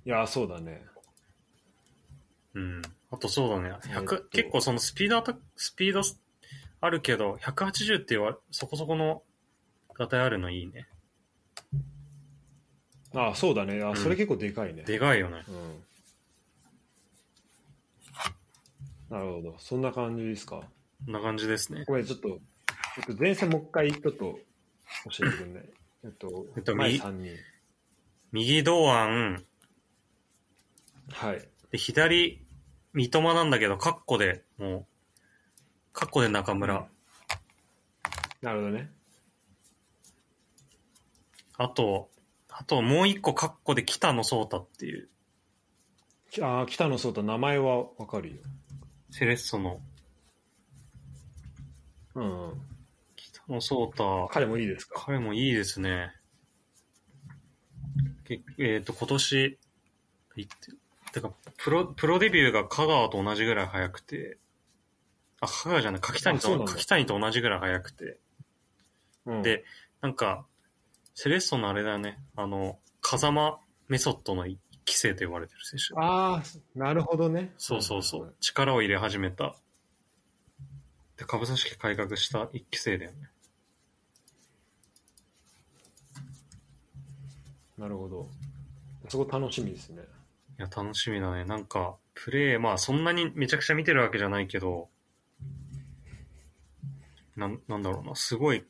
いや、そうだね。
うん。あとそうだね。
えっ
100
と
結構そのスピードアタック、スピードあるけど、180っていうわそこそこの型あるのいいね。
あ、そうだね。
うん
あ、それ結構でかいね。
でかいよね。
うん。なるほど。そんな感じですか。
こんな感じですね。
ごめん、ちょっと、ちょっと前線もう一回、ちょっと、教えてく んない。えっと、
えっと
前
右
3人。
右堂安、
はい。
で左、三笘なんだけど、カッコで、もう、カッコで中村。
なるほどね。
あと、あともう一個カッコで北野颯太っていう、
きあー、北野颯太、名前はわかるよ。
セレッソの
うんうん。
北野颯太。
彼もいいですか。
彼もいいですね。けえっ、と、今年、いっててかプロ、プロデビューが香川と同じぐらい早くて、あ、香川じゃない、柿谷
あそうな
と、
んだ
柿谷と同じぐらい早くて、
うん、
でなんか、セレッソのあれだよね、あの、風間メソッドの一期生と呼ばれてる選手。
ああ、なるほどね。
そうそうそう。。力を入れ始めた。で、株組織改革した一期生だよね。
なるほど。そこ楽しみですね。
いや、楽しみだね。なんか、プレー、まあ、そんなにめちゃくちゃ見てるわけじゃないけど、なん、なんだろうな、すごい、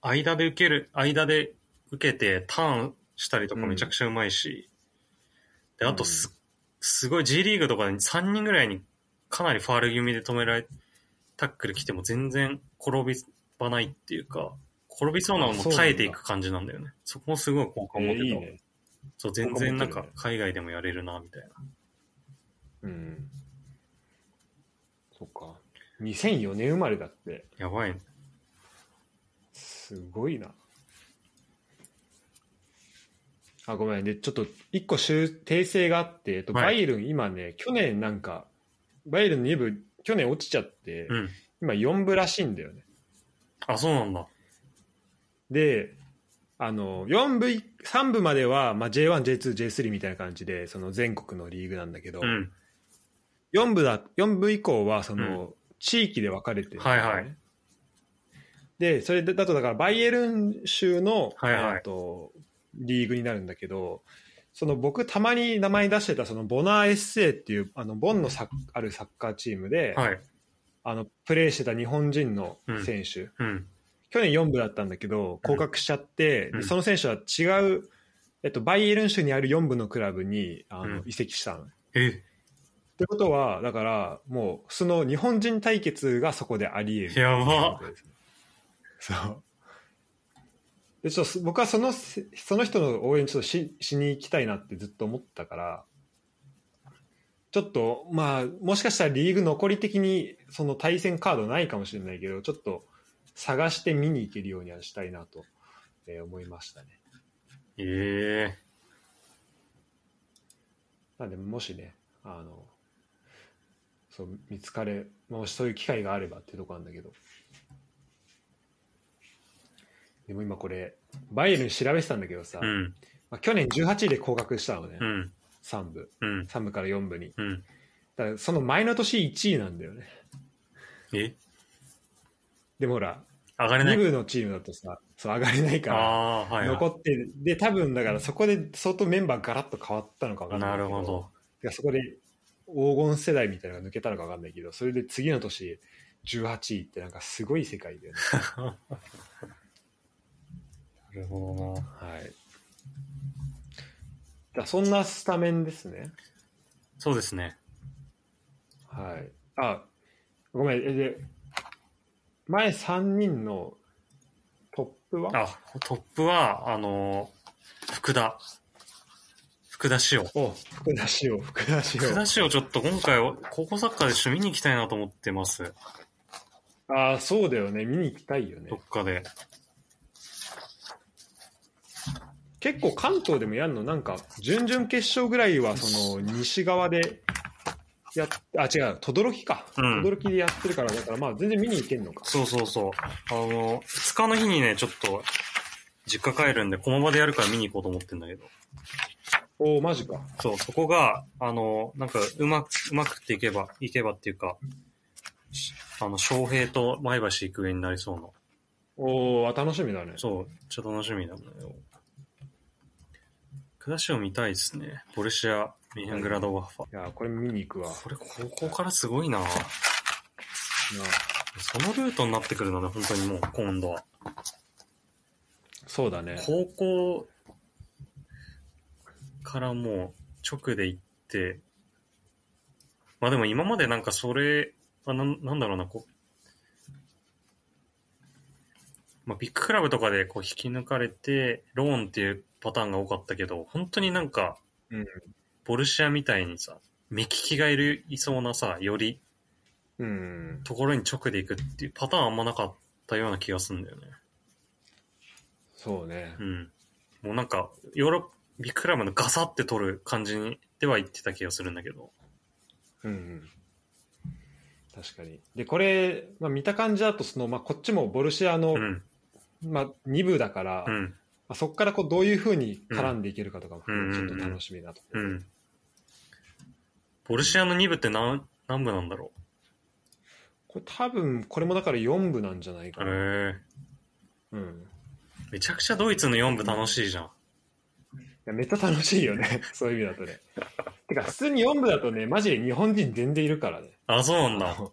間で受ける、間で受けて、ターンしたりとか
うん
めちゃくちゃうまいし、で、あとす、
う
すごい G リーグとかで3人ぐらいにかなりファール気味で止められ、タックル来ても全然転びばないっていうか、転びそうなのも耐えていく感じなんだよね。そこもすごい効果を持
え
って
ー
た。
いいね。
そう、全然なん
僕
か
も持ってるね
海外でもやれるな、みたいな。
うん。そっか。2004年生まれだって、
やばいね。
すごいな。あ、ごめん。で、ちょっと、一個修訂正があって、えっと、
はい
バイエルン、今ね、去年なんか、バイエルン2部、去年落ちちゃって、
うん。
今4部らしいんだよね。
あ、そうなんだ。
で、あの、4部、3部までは、まあ、J1、J2、J3 みたいな感じで、その全国のリーグなんだけど、
うん。
4部だ4部以降はその、地域で分かれてるんだよね、
はいはい
でそれでだとだからバイエルン州の、
はいはい
えーとリーグになるんだけどその僕たまに名前出してたそのボナー SA っていうあのボンのサッあるサッカーチームで、
はい。
あのプレーしてた日本人の選手、
うん。
去年4部だったんだけど降格しちゃって、
うん
でその選手は違う、えっと、バイエルン州にある4部のクラブにあの、
うん
移籍したの。
え、
ってことは、だから、もう、その日本人対決がそこであり得る。
やば
そう。でちょっと僕はそのせその人の応援ちょっとししに行きたいなってずっと思ったからちょっとまあもしかしたらリーグ残り的にその対戦カードないかもしれないけどちょっと探して見に行けるようにはしたいなと、えー思いましたね。
ええ
なんでもしねあのそう見つかれもしそういう機会があればっていうとこなんだけどでも今これバイエルン調べてたんだけどさ、
うん、
まあ、去年18位で降格したのね、
うん、
3部
うん、
3部から4部に
うん。
だからその前の年1位なんだよね
え
でもほら
上がれな
2
い
部のチームだとさそう上がれない
あ
か
あー、は
ら
い、
残
は
ってるで多分だからそこで相当メンバーガラッと変わったのか分か
い。
んない
な
け
るほど。
いやそこで黄金世代みたいなのが抜けたのか分かんないけどそれで次の年18位ってなんかすごい世界だよね、
なるほどな。
はい、じゃあそんなスタメンですね
そうですね。
はいあごめんえで前3人のトップは
あ、トップは、あのー福田。福田師
お福田師匠福田師
福
匠
田師をちょっと今回は、高校サッカーで趣味に行きたいなと思ってます。
ああそうだよね見に行きたいよね
どっかで。
結構関東でもやるのなんか準々決勝ぐらいはその西側でやっあ違う轟か、
うん
轟でやってるからだからまあ全然見に行けんのか
そうそうそう。あのー、2日の日にね、ちょっと、実家帰るんで、駒場でやるから見に行こうと思ってんだけど。
おおマジか
そう、そこが、あの、なんか、うまく、うまくっていけば、いけばっていうか、しあの、翔平と前橋行く上になりそうな。
おお楽しみだね
そう、ちょっと楽しみだもんよ。下しを見たいですね。ボルシア、ミヘングラドバッファ。
いやーこれ見に行くわ
これ、高校からすごいなそのルートになってくるのね、本当にもう、今度は。
そうだね
高校からもう直で行って、まあでも今までなんかそれはなんなんだろうな、こう、まあビッグクラブとかでこう引き抜かれて、ローンっていうパターンが多かったけど、本当になんか、
うん
ボルシアみたいにさ、目利きがいる、いそうなさ、より
うん
ところに直で行くっていうパターンあんまなかったような気がするんだよね。
そうね
うん。もうなんか、ヨーロッパ、ビッグクラブのガサって取る感じにでは言ってた気がするんだけど。
うん、うん、確かにでこれ、まあ、見た感じだとその、まあ、こっちもボルシアの、
うん。
まあ、2部だから、
う
ま
ん。
あ、そこからこうどういうふうに絡んでいけるかとかも
うん
ちょっと楽しみだと、
うん。ボルシアの2部って何、何部なんだろ
これ多分これもだから4部なんじゃないか
う。へえ
な、うん、
めちゃくちゃドイツの4部楽しいじゃん。
いやめっちゃ楽しいよね そういう意味だとねてか普通に4部だとねマジで日本人全然いるからね
あ、そうなん
あ
だ。
の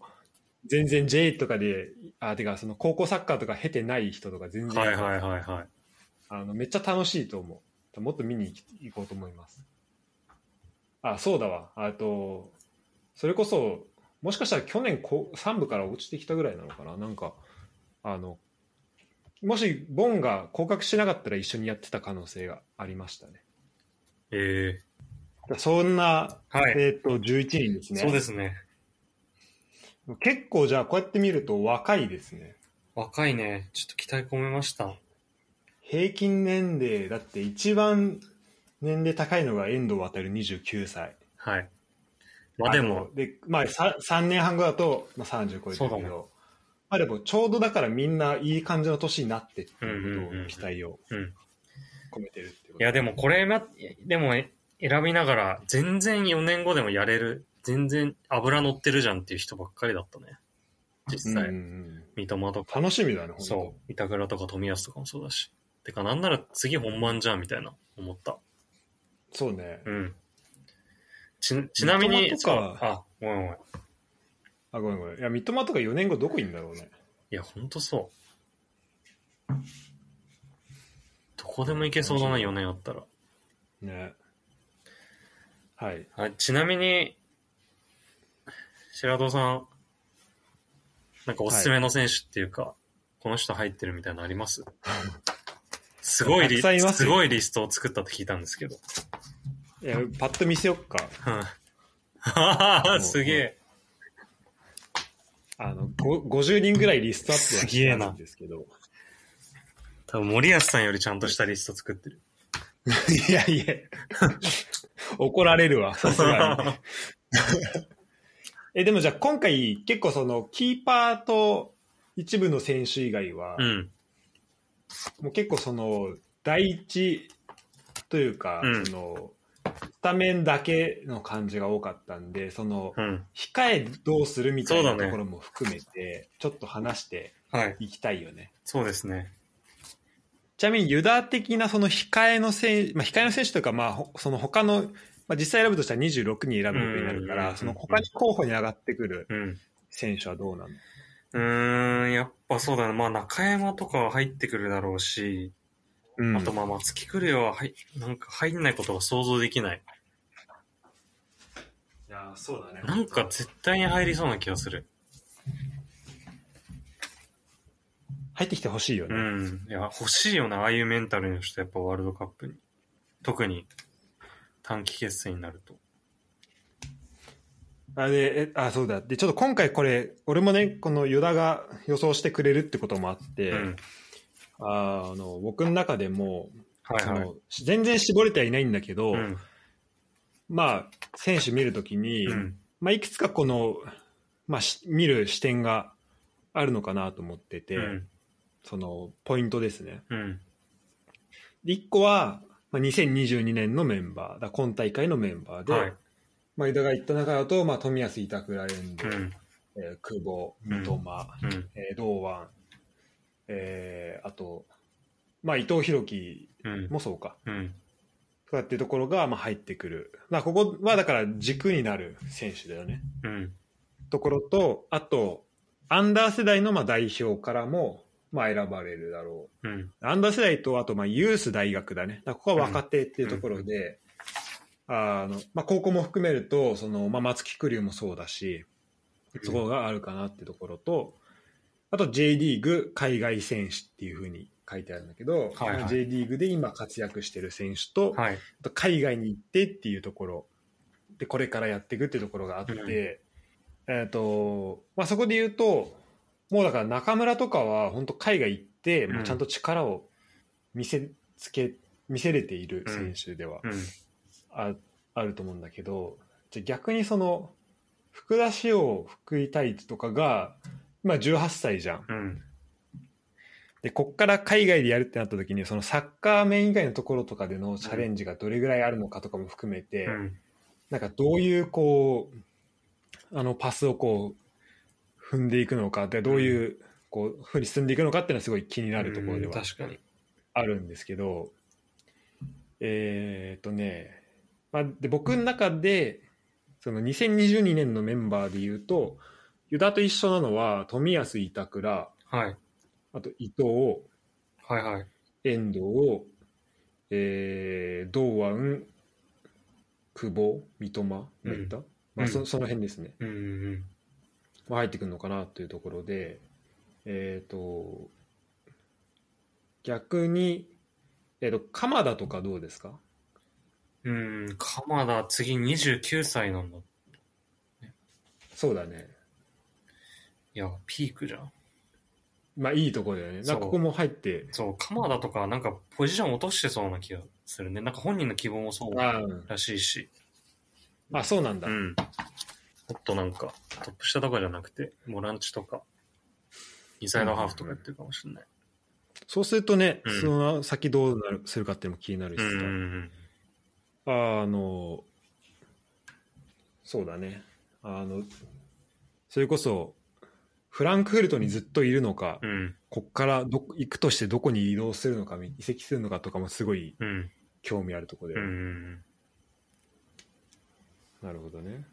全然 J とかであてかその高校サッカーとか経てない人とか全然、
はいはいはいはい。
あのめっちゃ楽しいと思うもっと見に行き行こうと思いますあそうだわあとそれこそもしかしたら去年こ3部から落ちてきたぐらいなのかななんかあのもしボンが降格しなかったら一緒にやってた可能性がありましたね
え
そんな、
えはい。
えっ、と、11人ですね。
そうですね。
結構じゃあ、こうやって見ると若いですね。
若いね。ちょっと期待込めました。
平均年齢、だって一番年齢高いのが遠藤航29歳。
はい。まあでも、
の。で、まあ3、三年半後だと、まあ、30超えてる
そう
け
だ
ど、まあでも、ちょうどだからみんないい感じの年になってっていう
う
こ
んうんうん
と
うん
を期待を
うん。
込めてるってこと。
いや、でもこれな、でもえ選びながら、全然4年後でもやれる、全然油乗ってるじゃんっていう人ばっかりだったね。実際、
うんうん
三笘と
う
か、
ん楽しみだね、本当
そう、板倉とか富安とかもそうだし。てか、なんなら次本番じゃんみたいな、思った。
そうね。
うん。ち、ちなみに、
三笘とか
そうあ、ごめんごめん。
あ、ごめんごめん。いや、三笘とか4年後どこいんだろうね。
いや、ほんとそう。どこでも行けそうだな、4年あったら。
ね。はい。
あちなみに、白戸さん、 なんかおすすめの選手っていうか、この人入ってるみたいなのありますすごい
た
リ
くさんいますよ
すごいリストを作ったって聞いたんですけ ど。
いや、パッと見せよっか。
うんすげえ。
あの、ご50人ぐらいリストアップはしてあるんですけど。
多分森保さんよりちゃんとしたリスト作ってる。
いやいや、怒られるわ、さす がに。え、でもじゃあ今回結構そのキーパーと一部の選手以外は、
うん。
もう結構その第一というか、
うん
そのスタメンだけの感じが多かったんで、その
うん。
控えどうするみたい
そ
な
うだ
と
ね
ころも含めて、ちょっと話して
はい。
いきたいよね。
そうですね。
ちなみにユダ的なその控えの選手、まあ、控えの選手というか、まあ、ほその他の、まあ、実際選ぶとしたら26人選ぶことになるか
うんうんうんう
ら、
ん
その他に候補に上がってくる
うん。
選手はどうなの
うーん、やっぱそうだね。まあ中山とかは入ってくるだろうし、
うん
あとまあ松木来るよは入、なんか入んないことが想像できない。
いや、そうだね
なんか絶対に入りそうな気がする。
入ってきてほしいよ
う
ね。
ん。いや、欲しいよな、ああいうメンタルの人、やっぱワールドカップに。特に短期決戦になると。
あでえあ、そうだ。で、ちょっと今回これ、俺もね、このユダが予想してくれるってこともあって、
うん。
ああの僕の中でも、
はい
そ
はい。
の全然絞れてはいないんだけど、
うん。
まあ、選手見るときに、
うん。
まあ、いくつかこの、まあ、し見る視点があるのかなと思ってて、
うん。
そのポイントですね。
うん。
で1個は、まあ、2022年のメンバーだから今大会のメンバーで、
はい。
まあ、井田が言った中だと、まあ、冨安、板倉蓮
う
で、
ん。
えー久保、
ん
三笘、
うん。
えー堂安、えーあと、まあ、伊藤洋樹
うん。
もそうか。
うん。
とかっていうところがまあ入ってくる。まあ、ここはだから軸になる選手だよね。
うん。
ところと、あと、アンダー世代のまあ代表からも、まあ、選ばれるだろ
うん。
う。アンダー世代と、あと、まあ、ユース大学だね。だからここは若手っていうところで、あの、まあ、高校も含めると、その、まあ、松木玖生もそうだし、そこがあるかなってところと、あと J リーグ海外選手っていうふうに書いてあるんだけど、
はいはい
まあ J リーグで今活躍してる選手と、
はい。
あと海外に行ってっていうところでこれからやっていくっていうところがあって、
うん
えっ、と、まあ、そこで言うともうだから中村とかは本当海外行って、
うん
もうちゃんと力を見せつけ見せれている選手では
うん。
あ,、あると思うんだけどじゃあ逆にその福田師王福井太一とかが今18歳じゃん。
うん。
でこっから海外でやるってなった時にそのサッカー面以外のところとかでのチャレンジがどれぐらいあるのかとかも含めて、
うん。
なんかどういうこうあのパスをこう踏んでいくのかでどういうこうふうに進んでいくのかっていうのはすごい気になるところで
う
は
ん確かに。
あるんですけど、えーっとね、まあ、で僕の中でその2022年のメンバーで言うとユダと一緒なのは冨安板倉
はい。
あと伊藤
はいはい。
遠藤、えー、堂安久保三笘
うん
めった、まあ、
う
そ
ん
その辺ですね。
うんうん。
まあ入ってくるのかなというところで、えー、と逆に、えー、と鎌田とかどうですか
うん、鎌田、次29歳なんだ。い
そうだね、
や、ピークじゃん。
まあ、いいところだよね、なん
そう
かここも入って、
そう、鎌田とか、なんかポジション落としてそうな気がするね。なんか本人の希望もそう
あー
らしいし。
あ、そうなんだ、
うん。もっとなんか、トップ下とかじゃなくて、ボランチとか、インサイドハーフとかやってるかもしれない。
そうするとね、
うん
その先どうなるするかっていうのも気になるし
う
さ、
んうん
あのそうだねあの、それこそフランクフルトにずっといるのか、
うん。うん
こっからどこ行くとしてどこに移動するのか、移籍するのかとかもすごい
うん
興味あるところ
う
で、
んうん。
なるほどね。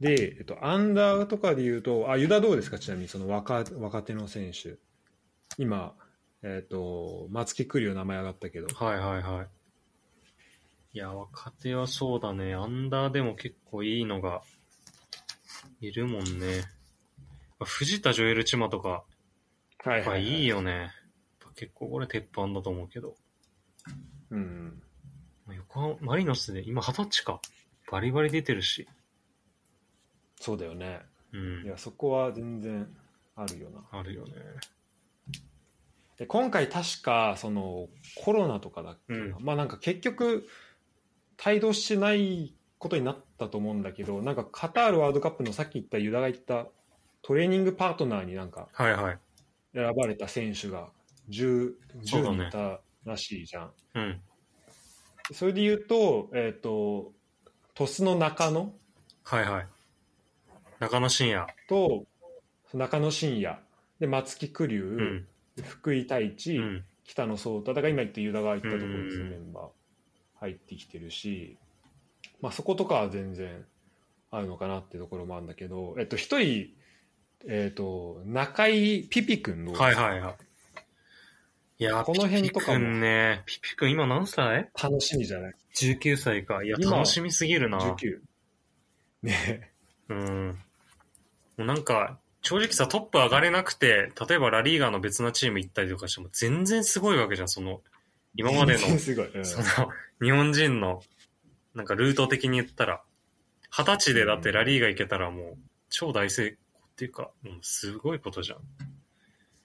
で、えっと、アンダーとかで言うと、あ、ユダどうですか、ちなみにその若若手の選手。今、えっと、松木玖生の名前上がったけど、
はいはいはい。いや、若手はそうだね。アンダーでも結構いいのが、いるもんね。藤田ジョエルチマとか、
はい
やっぱ
はいい、
いよね。結構これ鉄板だと思うけど。
うん。
横浜、マリノスで、今二十歳か。バリバリ出てるし。
そうだよね。
う
い
ん。
や、そこは全然あるよな。
あるよね。
で今回確かそのコロナとかだっけな、
うん
まあなんか結局帯同してないことになったと思うんだけどなんかカタールワールドカップのさっき言ったユダが言ったトレーニングパートナーになんか
はいはい。
選ばれた選手が 10,
そうだ
10
ね
人いたらしいじゃんそ,、
う
れ
ん。
で言うとえっ、と鳥栖の中野
はいはい。中野真也。
と中野真也で松木玖生、
うん。
福井太一、
うん。
北野颯太だから今言ったユダが言ったところですね
うん
メンバー入ってきてるし、まあ、そことかは全然あるのかなってところもあるんだけど、えっと、一人、えっと、中井ピピ君の
はいはいはい。いやー、
この辺とかも
ピピ君ね。ピピ君今何歳
楽しみじゃない
?19 歳か。いや、
今
楽しみすぎるな。
19ね
うん。もうなんか、正直さ、トップ上がれなくて、例えばラリーガーの別なチーム行ったりとかしても、全然すごいわけじゃん、その、今までの
全然、 すごい、うん
その、日本人の、なんかルート的に言ったら、二十歳でだってラリーガー行けたらもう、超大成功っていうか、うん、すごいことじゃん。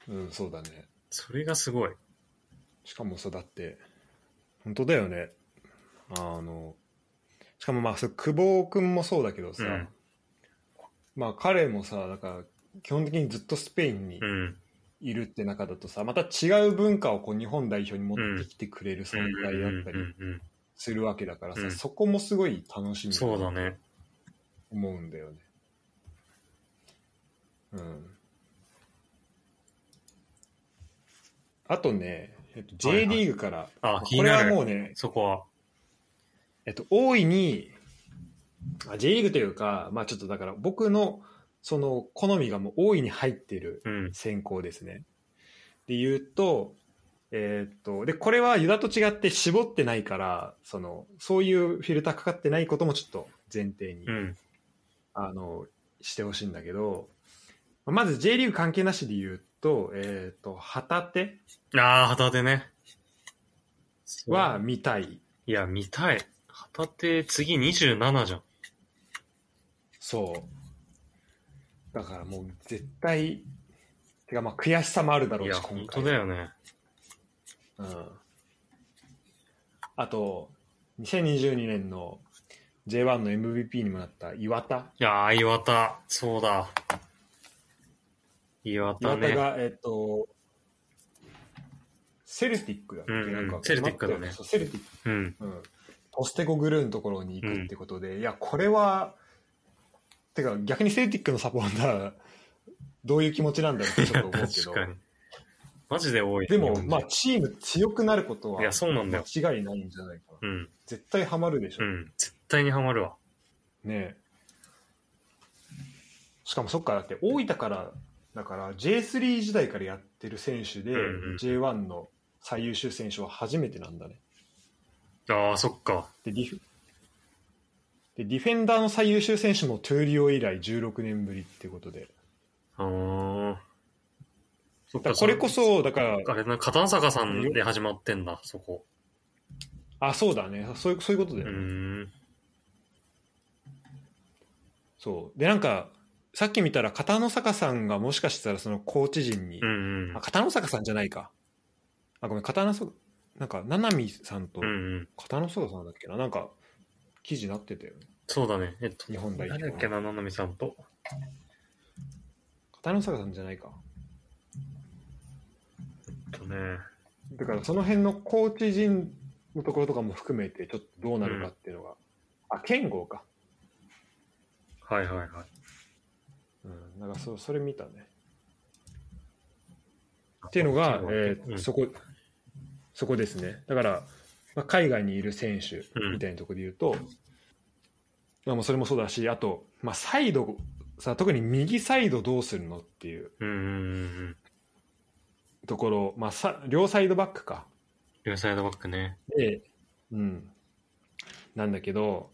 うん、そうだね
それがすごい。
しかもさだって本当だよねあのしかもまあそう久保君もそうだけどさ、
うん
まあ彼もさだから基本的にずっとスペインに
うん。
いるって中だとさまた違う文化をこう日本代表に持ってきてくれる存在だった
うん
り
うんうん
するわけだからさ、
うん
そこもすごい楽し
うん
み
そうだ
と
ね。
思うんだよね。うん、あとね、えっと、
はい
J リーグから、
あ、気
こ
に
れ
な
は
る。
もうね、
そこは。
えっと、大いにあ J リーグというか、まあ、ちょっとだから僕のその好みがもう大いに入ってる
うん。
選考ですね。で言うと、えーっと、で、これはユダと違って絞ってないから、その、そういうフィルターかかってないこともちょっと前提に、
うん。
あの、してほしいんだけど、まず J リーグ関係なしで言うと、えーっと、旗手
ああ、旗手ね。
は見たい。
いや、見たい。旗手、次27じゃん。
そう。だからもう絶対、てかまあ悔しさもあるだろ
いうや、
し、
本当だよね。
うんあと、2022年の J1 の MVP にもなった岩田。
いやー、岩田、そうだ。岩田
岩田
ね。
が、えっと、セルティックだっけ、
うんうん
なんか
セルティックだね
そうセルティッ
うん。
ク。うん。ポステコグルーのところに行くってことで、いや、これは、てか逆にセルティックのサポーター、どういう気持ちなんだろうってちょっと思うけ
確
ど
か。に。マジで多い。
で
日
も、
本人
まあ、チーム強くなることはい
や、そうなんだよ。
間違いないんじゃないかな。
うん。
絶対ハマるでしょ。
うん。絶対にハマるわ。
ねえしかもそっかだって大分からだから J3 時代からやってる選手で
うんうん
J1 の最優秀選手は初めてなんだね
ああ、そっか。
でディフでディフェンダーの最優秀選手もトゥーリオ以来16年ぶりってことで
あーそっ
だからこれこ、そだから
あれな、片坂さんで始まってんだ、そこ。
あそうだねそういうそういうことだ
う
よね、
ーん。
そうでなんかさっき見たら片野坂さんがもしかしたらそのコーチ陣に、
うんうん
あ。片野坂さんじゃないかあごめん片野坂なんか七海さんと、
うんうん。
片野坂さんだっけななんか記事になってたよね
そうだね。えっと、
日本代
誰だっけ
表
な、ななみさんと。
片野坂さんじゃないか
えっとね。
だからその辺のコーチ陣のところとかも含めてちょっとどうなるかっていうのが、あ剣豪か
はいはいはい。
うんなんかそそれ見たねっていうのが、えー
うん
そこそこですねだから、まあ、海外にいる選手
うん
みたいなところで言うと、まあ、もうそれもそうだしあと、まあ、サイドさ特に右サイドどうするのっていう
うんうんうんうん。
ところ、まあ、さ両サイドバックか
両サイドバックね。
で、うん、なんだけど、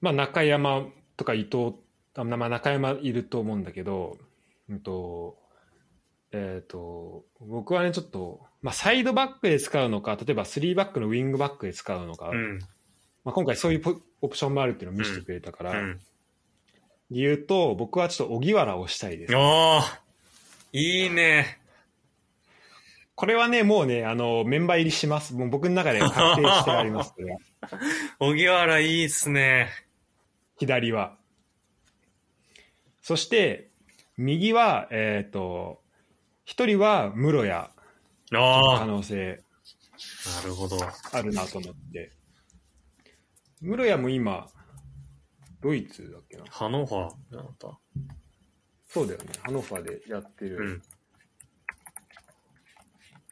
まあ、中山とか伊藤あまあ、中山いると思うんだけど、うんとえっ、と、僕はね、ちょっと、まあ、サイドバックで使うのか、例えば3バックのウィングバックで使うのか、
うん。
まあ、今回そういうポオプションもあるっていうのを見せてくれたか
う
ら、
ん。
理由と、僕はちょっと荻原をしたいです。
おーいいね。
これはね、もうね、あの、メンバー入りします。もう僕の中で確定してあります、これは
荻原いいっすね。
左は。そして、右は、えっ、と、一人は室屋の可
ああ。
能性
なるほど。
あるなと思って。室屋も今、ドイツだっけな。
ハノーファーだった。
そうだよね。ハノーファーでやって
う
る
ん。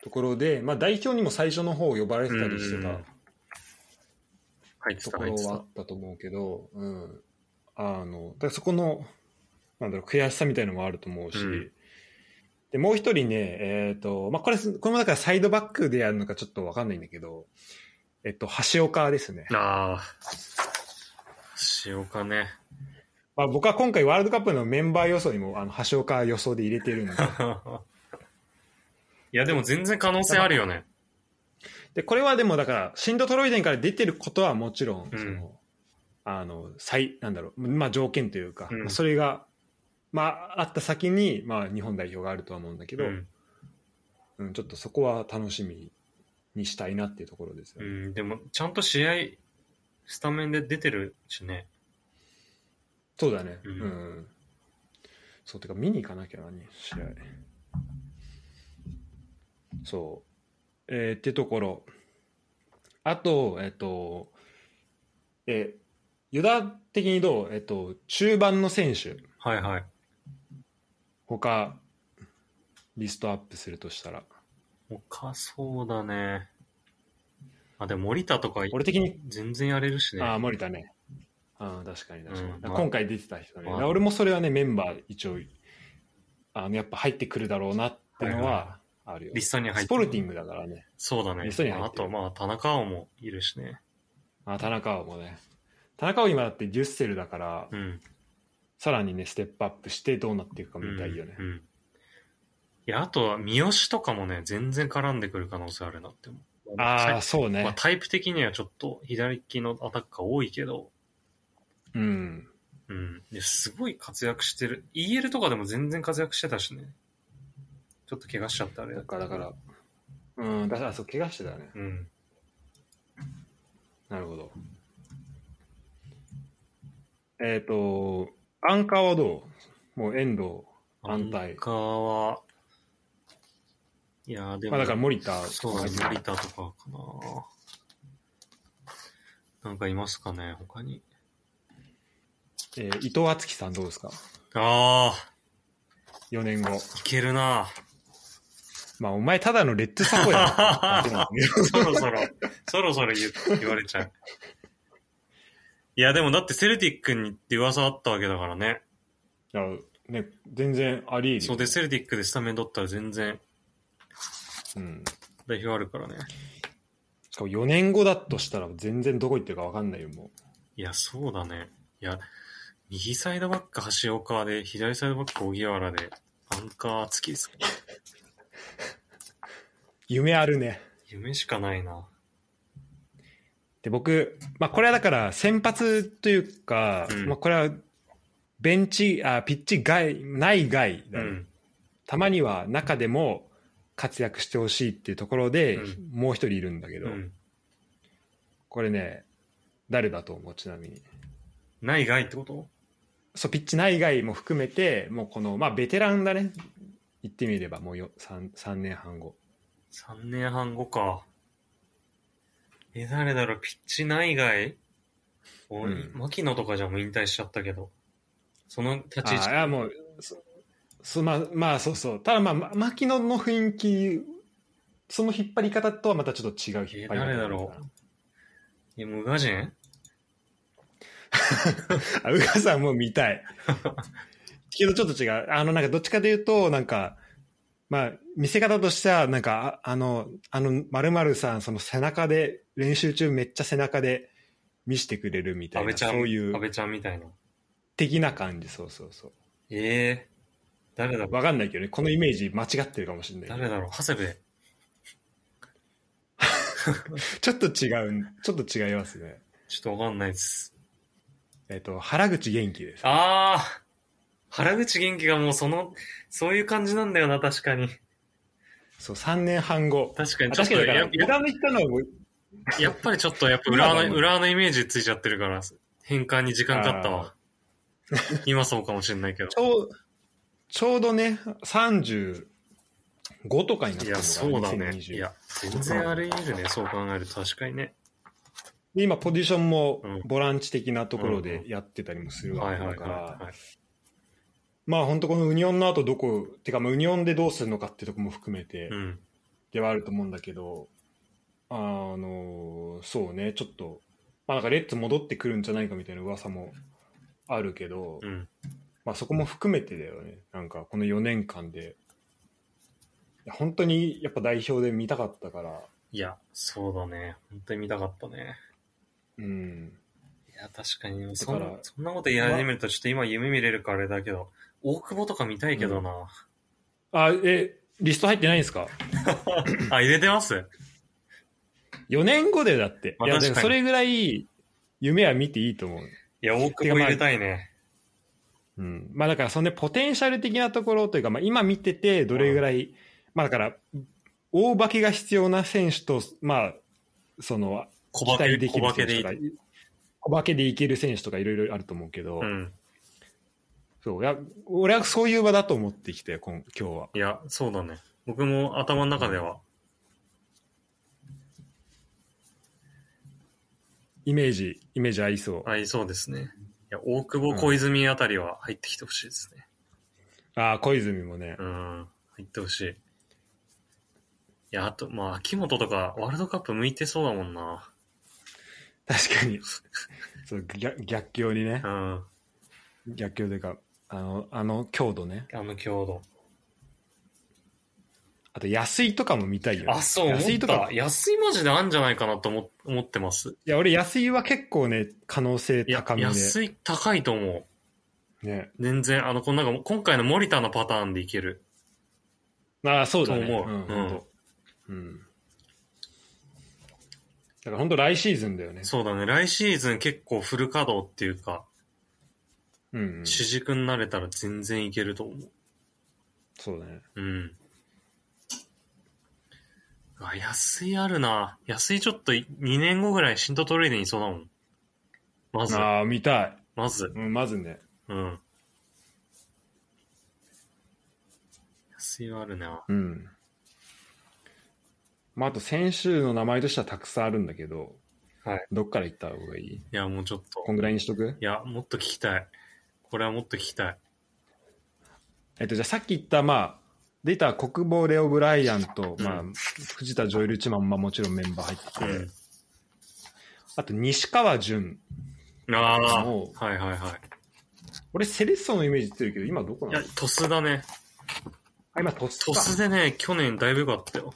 ところで、まあ代表にも最初の方呼ばれてたりして
うんうんう
た
ん入って
と
た、
こ
入
ろ
って
はあ
た
っ。たと思うけど、うん、あのだからそこのなんだろう悔しさみたいのもあると思うし、
うん
でもう一人ね、えーとまあ、これこれもだからサイドバックでやるのかちょっと分かんないんだけど、えっと、橋岡ですね、
ああ。塩か ね。
まあ、僕は今回ワールドカップのメンバー予想にもあの橋岡予想で入れてるんで
いや、でも全然可能性あるよね。
でこれはでもだからシンド・トロイデンから出てることはもちろん、
うん
そのあの最なんだろう、まあ、条件というか、
うん
まあそれが、まあ、あった先に、まあ、日本代表があるとは思うんだけ
う
ど、
ん。
うん、ちょっとそこは楽しみにしたいなっていうところですよ
う
ね。
ん。でも、ちゃんと試合、スタメンで出てるしね。
そうだね。
う
うんん。そう、てか見に行かなきゃな、試合。そう。えーってところ。あと、えっ、と、えー、ユダ的にどうえっ、と、中盤の選手、
はいはい。
他、リストアップするとしたら。
他そうだね。あ、でも森田とか
俺的に
全然やれるしね。
ああ、森田ね。ああ、確かに確かに。
うん
だから今回出てた人ね。
まあ
だから俺もそれはね、メンバー一応、あの、やっぱ入ってくるだろうなっての
はい
はあるよ。
リストに入
ス
って
ポ
る
ルティングだからね。
そうだね
リストに。入
あ
ってる
と、まあ、田中碧もいるしね。
あ田中碧もね。田中碧今だってデュッセルだから、
うん。
さらにね、ステップアップしてどうなっていくか見たいよね。
うん。うんいや、あとは、三好とかもね、全然絡んでくる可能性あるなって思う。
あ
タ
あ、
イ
そうね。
まあ、タイプ的にはちょっと左利きのアタックが多いけど、
うん。
うん。ですごい活躍してる。EL とかでも全然活躍してたしね。ちょっと怪我しちゃったあれ
だ
だ
から、だから、うん、だから、そう、怪我してたよね。
うん。
なるほど。えっ、と、アンカーはどうもう遠藤、安泰
他は、いやーでも、
まあだから森田
そうだね、成田とかかな。なんかいますかね、他に。
えー伊藤敦樹さんどうですか
ああ、
4年後
いけるな。
まあお前ただのレッツサポ やなって感じなんだけど
そろそろ、そろそろ言う言われちゃう。いや、でもだってセルティックにって噂あったわけだからね。
いやね全然ありえるよ
そうで、セルティックでスタメン取ったら全然
うん、
代表あるからね。
しかも4年後だとしたら全然どこ行ってるか分かんないよも
いや、そうだね。いや、右サイドバック橋岡で、左サイドバック荻原で、アンカー付きですか
う夢あるね
夢しかないな。
で僕、まあ、これはだから先発というか、
うん
まあ、これはベンチあピッチ外内外
う
だね、
ん。
たまには中でも活躍してほしいっていうところで、
うん
もう一人いるんだけど、
うん。
これね誰だと思うちなみに
内外ってこと
そうピッチ内外も含めてもうこの、まあ、ベテランだね言ってみればもうよ 3, 三年半後
?3 年半後か。え、誰だろう、ピッチ内外おい、
うん
牧野とかじゃもう引退しちゃったけど。その立ち位置。
ああもうそそまあまあそうそうただまあま牧野の雰囲気その引っ張り方とはまたちょっと違う引っ張り方
え誰だろえ、無我人
あうかさんも見たいけどちょっと違うあのなんかどっちかで言うとなんかまあ見せ方としてはなんかああのあの丸々さんその背中で練習中めっちゃ背中で見せてくれるみた
安
い
倍
な
ちゃん。
そういう
安倍ちゃんみたいな。
的な感じそうそうそう
ええ誰だろう
わかんないけどね、このイメージ間違ってるかもしれないけど。
誰だろう長谷部。
ちょっと違う、ちょっと違いますね。
ちょっとわかんないです。
えっ、と、原口元気です。
ああ原口元気がもうその、そういう感じなんだよな、確かに。
そう、3年半後。
確かに、
あ
ちょっ
確
と
かにだから、
や、
枝の言ったのはもう
ややっぱりちょっと、やっぱ
今
裏
だ
の、
もん
裏のイメージついちゃってるから、変換に時間かかったわ。今そうかもしれない けど
ち。ょう、ちょうどね、35とかになってる
い
の
や、
が
そうだね。
2020
いや、全然あり得るね、そう考えると確かにね。
で今、ポジションも
うん
ボランチ的なところ
うん
で
う
やってたりもするわ
はい
け
は
だ
いはい
から、
はい。
まあ本当このウニオンの後どこ、てかまあウニオンでどうするのかってとこも含めて
うん。
ではあると思うんだけど、あの、そうね、ちょっと、まあなんかレッツ戻ってくるんじゃないかみたいな噂もあるけど、
うん。
まあそこも含めてだよね。なんかこの4年間で。いや本当にやっぱ代表で見たかったから、
いや、そうだね。本当に見たかったね。
うん。
いや、確かに、
だ
そ
か
ん
ら
なそんなこと言い始めると、ちょっと今夢見れるからあれだけど、大久保とか見たいけどな。
あ、え、リスト入ってないんですか
あ、入れてます
?4 年後でだって。
まあ
いや、
確
で
か
も
に
それぐらい夢は見ていいと思う。
いや、大久保入れたいね。
うん。まあだからそんでポテンシャル的なところというか、まあ今見ててどれぐらい、まあだから、大化けが必要な選手と、まあ、その、
小
期
化け
待
で、
でき
小
る
化
選
けで
手
いい
とか。、小化けでいける選手とかいろいろあると思うけど、
うん。
そういや俺はそういう場だと思ってきてよ今今日はい
や、そうだね。僕も頭の中では、
イメージイメージ合いそう、
合いそうですね。いや、大久保、小泉あたりは入ってきてほしいですね。
ああ小泉もね、
うん。入ってほしい。いや、あと、まあ、秋元とか、ワールドカップ向いてそうだもんな。
確 かにそう逆逆境にね
う、ん。
逆境というかあのあの強度ね
あの強度。
あと安井とかも見たいよ、ね、
あ、そう思
安井
っ
とか
た。安いマジであんじゃないかなと思思ってます。
いや俺安井は結構ね可能性
いや
高、めで、
安い、高いと思う。
ね、
全然、あの、このなんか、今回の森田のパターンでいける。
ああそうだね
と思う
うん
うん
本当うん、だから本当来シーズンだよね
そうだね。来シーズン結構フル稼働っていうか、
う、んうん、
主軸になれたら全然いけると思う。
そうだね
うん。あ、安いあるな。安いちょっとい2年後ぐらい新トトレーデンいそうだもん。まず、
ああ見たい、
まず。
うん、まずね
うん。安いはあるな。
うん。まあ、あと先週の名前としてはたくさんあるんだけど、
はい、
どっから行った方がいい
いや、もうちょっと。
こんぐらいにしとく
いや、もっと聞きたい。これはもっと聞きたい。
えっと、じゃあさっき言った、まあ、出た国防レオ・ブライアンと、
うん
まあ、藤田ジョエル・チマン、まあもちろんメンバー入ってて、
うん。
あと西川潤。
ああ、
もう
はいはいは
俺、セレッソのイメージついてるけど、今どこ
い。い
な
や
の、
トスだね。
あ、今、トス
トス
か。
でね、去年だいぶ良かったよ。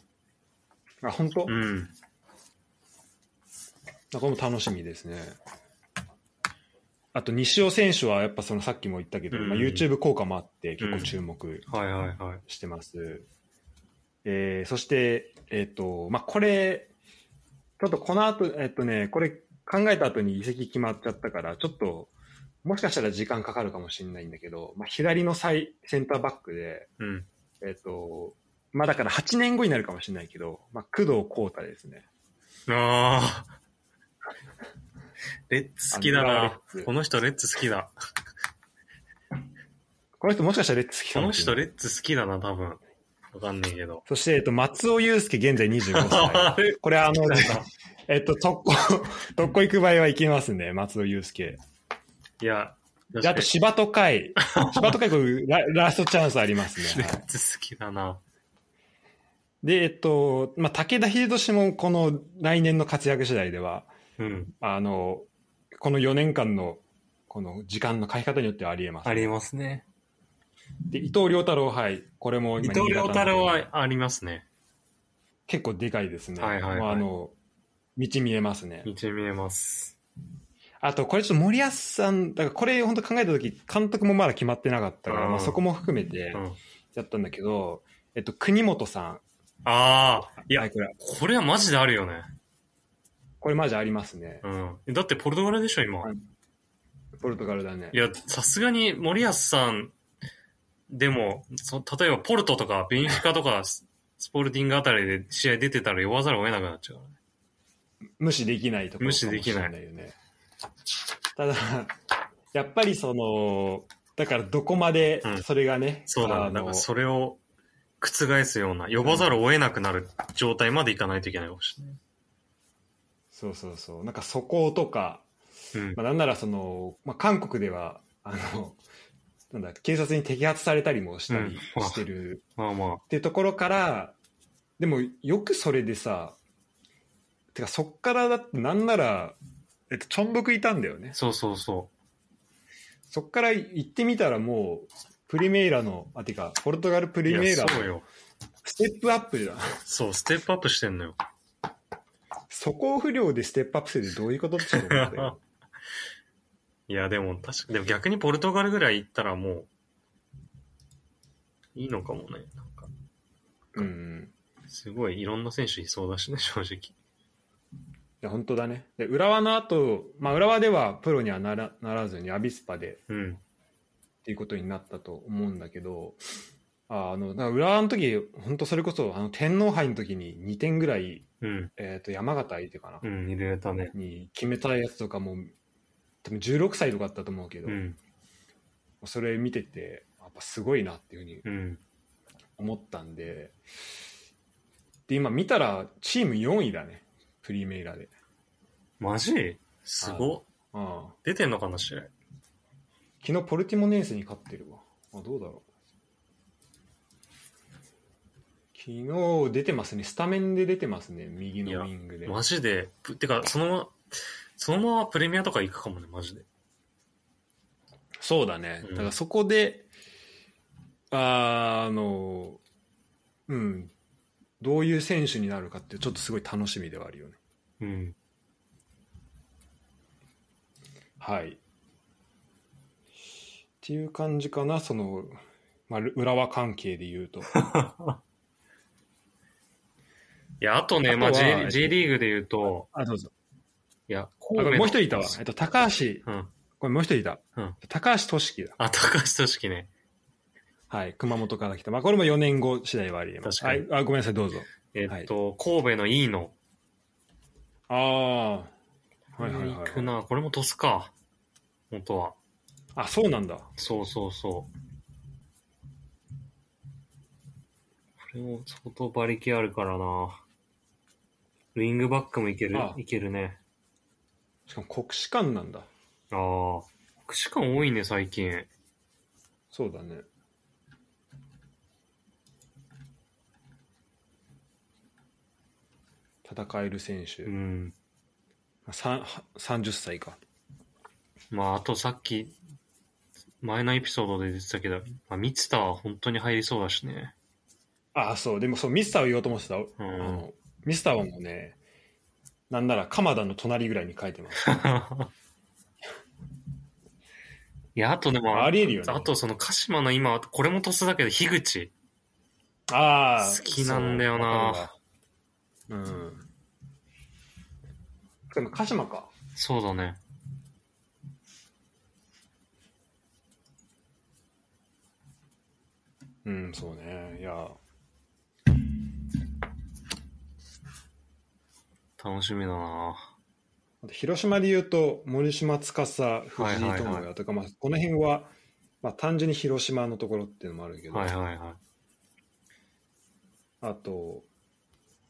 あ、本当、
うん。
これも楽しみですね。あと、西尾選手は、やっぱそのさっきも言ったけど、
うん
まあ、YouTube 効果もあって、結構注目。
はいはいはい。
してます。えーそして、えっ、と、まあ、これ、ちょっとこの後、えっ、とね、これ考えた後に移籍決まっちゃったから、ちょっと、もしかしたら時間かかるかもしれないんだけど、まあ、左のサイセンターバックで、
うん。
えっ、と、まあ、だから8年後になるかもしれないけど、まあ、工藤幸太ですね。
ああ。レッツ好きだ
あの浦和レ
な
ッズ。
この人レッツ好きだ。
この人もしかしたらレッツ好き
こ
か
の
もし
人
れない。
レッツ好きだな、多分。わかんねえけど。
そして、えっ、と、松尾祐介、現在25歳。 これ、あの、えっと、特攻、特攻行く場合は行きますね、松尾祐介。
いや、
であと、芝都 会。芝都会、これラ、ラストチャンスあります
レ
ね。は
ッ
い
ツ好きだな。
で、えっと、まあ、武田秀俊も、この来年の活躍次第では、
うん。
あの、この4年間の、この時間の書き方によってはありえます。
ありますね。
で、伊藤良太郎杯、これも
伊
今
藤良
新
太郎
潟の
はありますね。
結構でかいですね。
はいはいはい
もうあの、道見えますね。
道見えます。
あと、これちょっと森保さん、だからこれ本当考えた時、監督もまだ決まってなかったから、
うん
まあそこも含めて
うん。
やったんだけど、えっと、国本さ
ああ、
ん。
いや
は、これ、
これはマジであるよね。
これマジありますね。
うん。だってポルトガルでしょ、今
はい。ポルトガルだね
い。や、さすがに森保さんでも、そ例えばポルトとかベンフィカとかススポルティングあたりで試合出てたら呼ばざるを得なくなっちゃうからね。
無視できないところ
無視できない
かもしれよね。ただ、やっぱりその、だからどこまで
うん
それがね、
そうだ
あ
ね。
の
なんかそれを覆すような、呼ばざるを得なくなる状態までいかないといけないかもし
そうそうそう。なんかそことか、
れない。うん。
まあ、なんならその、まあ、韓国では、あの、なんだ、警察に摘発されたりもしたり
うん
してる
まあま
っていうところから、でもよくそれでさ、てかそっからだってなんなら、えっと、チョンドクいたんだよね
あ、。そうそうそ
そっから行ってみたらもう、プリメイラの、あ、てか、ポルトガルプ
う。い
リメイラ
や、
の
そうよ。
ステップアップじゃん。
そう、ステップアップしてんのよ。
そこ不良でステップアップするってどういうことって思ったよ。
いや、でも確か、でも逆にポルトガルぐらい行ったらもう、いいのかもね。なんか、
うん。
すごいいろんな選手いそうだしね、正直。
いや本当だね。で浦和の後、まあ浦和ではプロにはならならずにアビスパで
うん。
っていうことになったと思うんだけど、ああのだから浦和の時本当それこそあの天皇杯の時に2点ぐらい、
うん。
えー、と山形相手かな、
うん、入れたね。
に決めたやつとかも多分16歳とかだったと思うけど、
うん。
それ見ててやっぱすごいなっていうふうに
うん。
思ったんでで今見たらチーム4位だねプリメイラで。
マジすごっ。
ああ
出てんのかな、試合。
昨日ポルティモネースに勝ってるわ。あ、どうだろう。昨日出てますね。スタメンで出てますね。右
いや
のウィングで。
マジで。ぷてか、そのまま、そのままプレミアとか行くかもね、マジで。
そうだね。
うん
だからそこで、あーあの、うん、どういう選手になるかって、ちょっとすごい楽しみではあるよね。
うん。
はい。っていう感じかな、その、まあ、浦和関係で言うと。
いや、あとね、まあ
あとは
J、J リーグで言うと、
あ、どうぞ。
い
あ
や、神戸の
もう一人いたわ。えっと、高橋、
うん。
これもう一人いた。
うん
高橋俊樹だ。
あ、高橋俊樹ね。
はい、熊本から来た。まあ、これも4年後次第はありえます。は
確
い、あ、ごめんなさい、どうぞ。
えっと、神戸の飯野。
ああ、はいはいはいはい
行くな。これも鳥栖か。元は。
あ、そうなんだ。
そうそうそう。これも相当馬力あるからな。ウィングバックもいける
あ、あ
いけるね。
しかも国士舘なんだ。
ああ。国士舘多いね、最近。
そうだね。戦える選手、
うん。
さんは30歳か。
まあ、あとさっき、前のエピソードで出てたけど、まあ、ミツタは本当に入りそうだしね。
ああ、そう、でもそう、ミスターを言おうと思ってた。
う
あ
ん。
のミスターはもうね、なんなら鎌田の隣ぐらいに書いてます。
いや、あとでも、
ありえるよね。
あとその鹿島の今、これも鳥栖だけど、樋口。
ああ
好きなんだよな
そうわかるわうんでも鹿島か
そうだね。
うんそうねいや
楽しみだな
あと広島で言うと森島司藤井
はいはい
智也とか、まあ、この辺は、まあ、単純に広島のところっていうのもあるけど、
はいはいは
あと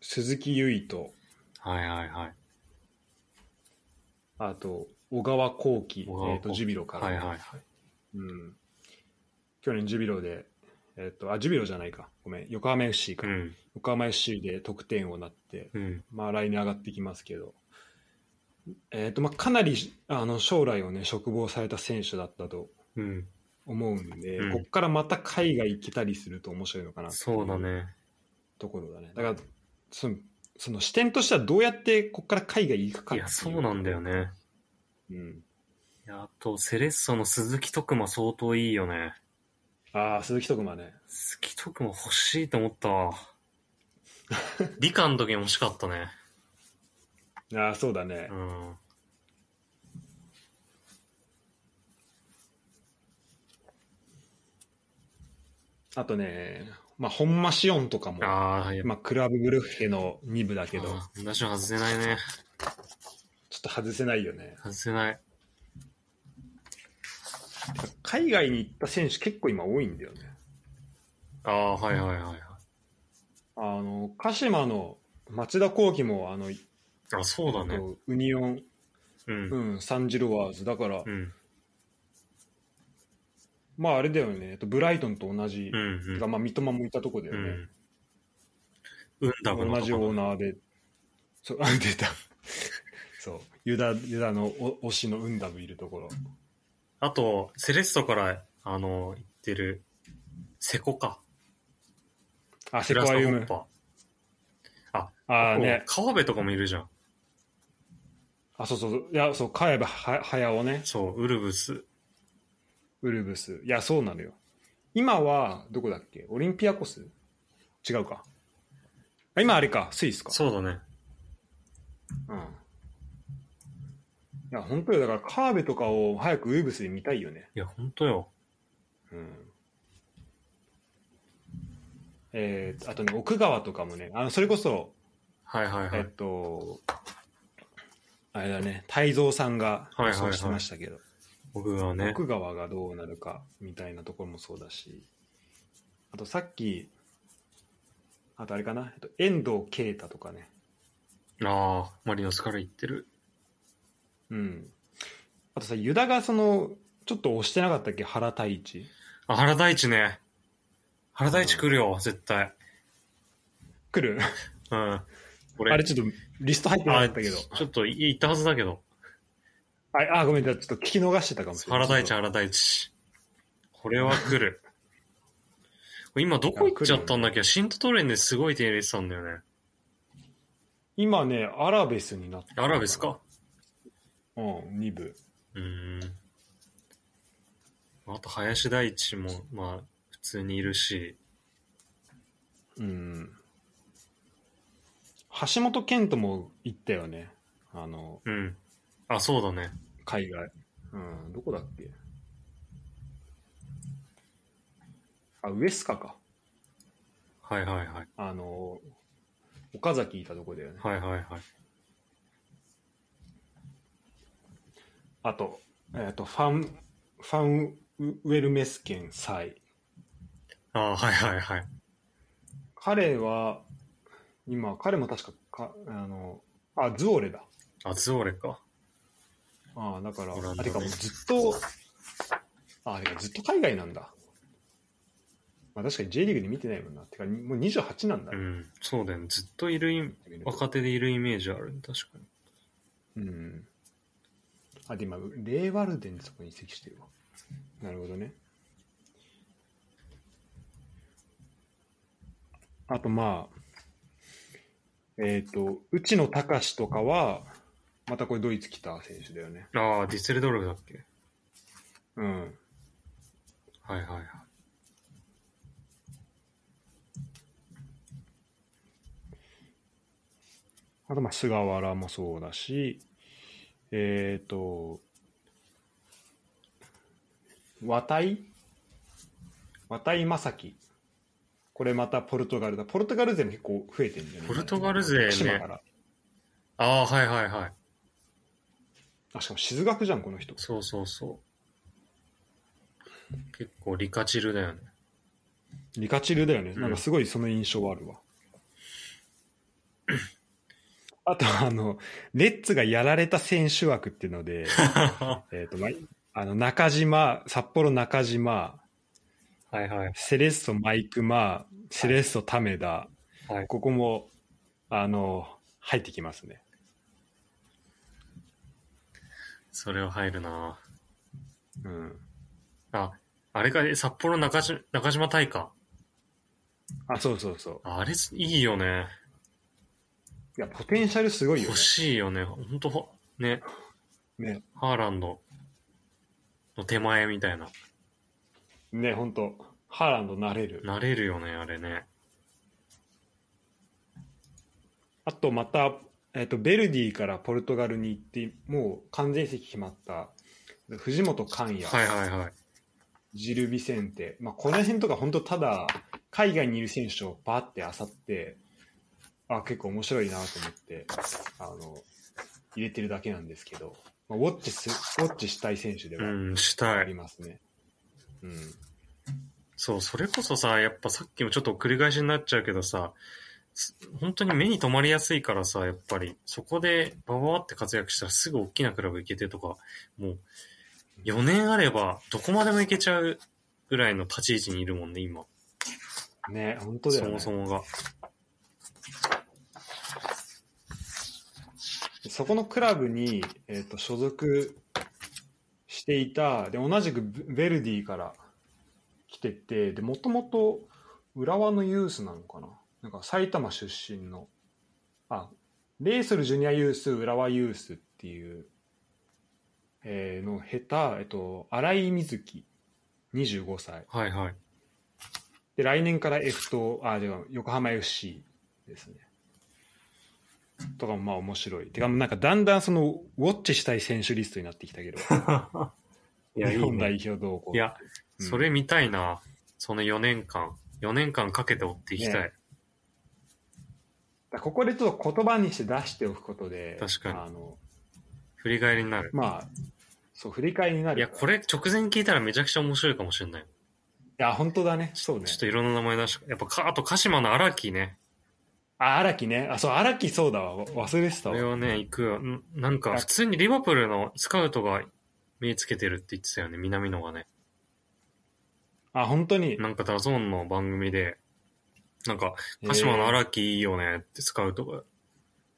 鈴木唯衣と
い。はいはいはい。
あと小川幸輝、え
小川
ー、と
幸輝
ジュビロから、
はいはいはい。
うん、去年ジュビロで、えー、とあジュビロじゃないかごめん横浜 FC か、
うん。
横浜 FC で得点をなって
うん。
まあ、来年上がってきますけど、えーとまあ、かなりあの将来をね嘱望された選手だったと
うん。
思うんで、
うん
ここからまた海外行けたりすると面白いのかなってい
そうだね。
ところだねだからそのその視点としてはどうやってここから海外行くか
い
っていう
や、そうなんだよね。
うん、
いやあと、セレッソの鈴木徳馬相当いいよね。
ああ、鈴木徳馬ね。
鈴木徳馬欲しいと思ったわ。理科の時に欲しかったね。
ああ、そうだね
う。ん。
あとね、まあ、本間シオンとかも、
ああ、やっ
まあ、クラブブルッフェの2部だ
ぱ
けど、ちょ
あー私は外せないね。
っと外せないよね。
外せない。
海外に行った選手結構今多いんだよね。
ああ、はいはいはいはい。
あの、鹿島の町田幸輝も、あの、
あ、そうだね。
ウニオン、
う。
うんん、サンジロワーズだから、
うん。
まああれだよね、えっとブライトンと同じ、
うん。う
て
ん
か。まあ三笘もいたとこだよ
う
ね。
ん。うんだくの
同じオー
な。
ナーで、そう、あ、出た。 そう、ユダ、ユダのお推しのウンダブいるところ。
あと、セレッソから、あの、言ってる、セコか。
あ、セコアユム。
パ。
ああ
ね
ね。、
川辺とかもいるじゃん。
あ、そうそうそう。いや、そう、カエバ、は、はやおね。
そう、ウルブス。
ウルブス。いや、そうなのよ。今は、どこだっけオリンピアコス違うか。あ今あれか、スイスか。
そうだね。
うん。いや、本当よ。だから、カーベとかを早くウルブスで見たいよね。
いや、ほんとよ。
うん。えー、あとね、奥川とかもね、あの、それこそ、
はいはいは
えっ
い。
と、あれだね、泰造さんが
はいはいは
予
い
想してましたけど、
僕はね。
奥川がどうなるかみたいなところもそうだし、あとさっき、あとあれかな、えっと、遠藤啓太とかね、
ああ、マリノスから言ってる。
うん。あとさ、ユダがその、ちょっと押してなかったっけ、原太一。
あ、原大地ね。原大地来るよ、絶対。
来る
うん。俺、
あれちょっとリスト入ってなか
あ
ったけど。
ちょっと言ったはずだけど。
あ、あごめん、じゃあちょっと聞き逃してたかもしれな
原
い。
大地、原大地。これは来 る。今どこ行っちゃったんだっけシントトレンですごい手入れてたんだよね。
今ね、アラベスになってる
アラベスか
うん、2部。
うーん。あと、林大地も、まあ、普通にいるし。
うん。橋本健人も行ったよね。あの、
うん。あ、そうだね。
海外。うん、どこだっけあ、ウエスカか。
はいはいはい。
あの、岡崎いたとこだよね。
はいはいはい。
あと、えっ、と、ファン、ファンウェルメスケンサイ。
あはいはいはい。
彼は、今、彼も確かか、あの、あ、ズオレだ。
あ、ズオレか。
ああ、だから、
オランダ
あ、てかもう
ね
ずっと、あ、てかずっと海外なんだ。まあ確かに J リーグで見てないもんな。てか、にもう28なんだ
う。ん。そうだよね。ずっといるイ、
見ると
若手でいるイメージあるね。確かに。
うん。あ、で、今、レイワルデンってとこに移籍してるわ。なるほどね。あと、まあ、えっ、と、内野隆とかは、またこれドイツ来た選手だよね。
ああ、ディッセルドルフだっけ
うん。
はいはいはい。
あと、まあ、菅原もそうだし、えっ、と、渡井渡井正樹。これまたポルトガルだ。ポルトガル勢も結構増えてるんだよね。
ポルトガル勢ね
徳島から。
ああ、はいはいはい。
あ、しかも静学じゃん、この人。
そうそうそう。結構リカチルだよね。
リカチルだよね。
うん
なんかすごいその印象はあるわ。あと、あの、レッツがやられた選手枠っていうの で、
は
えっと、まあの、中島、札幌中島、
いはい。
セレッソマイクマー、セレッソタメダ、
はい
ここも、あの、入ってきますね。
それは入るな
うん。
あ、あれか、札幌中島中島大か。
あ、そうそうそう。
あれ、いいよね。
いや、ポテンシャルすごいよ
欲
ね。
しいよね。ほんと、ね。
ね、
ハーランドの手前みたいな。
ね、本当ハーランドなれる。
なれるよね、あれね。
あとまた、えっとベルディからポルトガルに行って、もう完全席決まった、藤本寛也、
はいはいはい。
ジル・ビセンテ、まあ、この辺とか本当ただ、海外にいる選手をバーって漁って、あ結構面白いなと思って、あの、入れてるだけなんですけど、まあ、ウォッチす、ウォッチしたい選手では
うん、した
あ
い
り。ますね。うん。
そう、それこそさ、やっぱさっきもちょっと繰り返しになっちゃうけどさ、す本当に目に留まりやすいからさ、やっぱり、そこでバババって活躍したらすぐ大きなクラブ行けてとか、もう、4年あればどこまでも行けちゃうぐらいの立ち位置にいるもんね、今。
ね、本当だよ
そ
ね。
もそもが。
そこのクラブに、えー、と所属していたで同じくヴェルディから来ててでもともと浦和のユースなのかななんか埼玉出身のあレイソルジュニアユース浦和ユースっていう、えーの下手、えっと新井瑞希25歳
はいはい。
で来年から F とあ違う横浜 FC ですねとかもまあ面白いてかなんかだんだんそのウォッチしたい選手リストになってきた けど
いや、い
日
い
本代
ね。
表どうこう
いや、
うん
それ見たいな。その4年間。4年間かけて追っていきた
ね
い。
だからここでちょっと言葉にして出しておくことで
確かに
あの
振り返りになる。
まあそう振り返りにないる
や、これ直前聞いたらめちゃくちゃ面白いかもしれない。
いや本当だねそうね
ちょっといろんな名前出して、やっぱか、あと鹿島の荒木ね。
あ荒木ねあそう荒木そうだわわ忘れてた
これ
わ
はね、行くよ。んなん
あ
か、普通にリバプールのスカウトが目つけてるって言ってたよね、南野がね。
あ本当に
なんかダゾーンの番組で、なんか、鹿島の荒木いいよねってスカウトが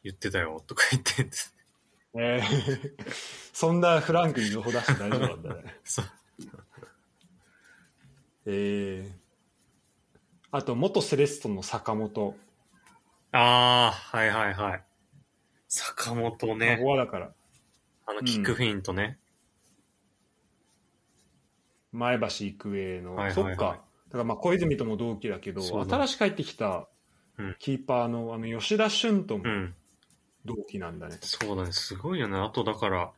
言ってたよ、とか言ってて。
えー そんなフランクに情報出して大丈夫なんだね
そう
えー、あと元セレッソの坂本、
あー、はいはいはい。坂本
ね、フ
ね。
ォアだから
あの、キックフェイントね。
前橋育英の、
はいはい
そ
はい
っかだからまあ小泉とも同期だけど
そうだ
新しく入ってきた
うん
キーパーの,、あの吉田俊と
う
も
ん。
同期なんだね、
そうだね、すごいよね。あとだから、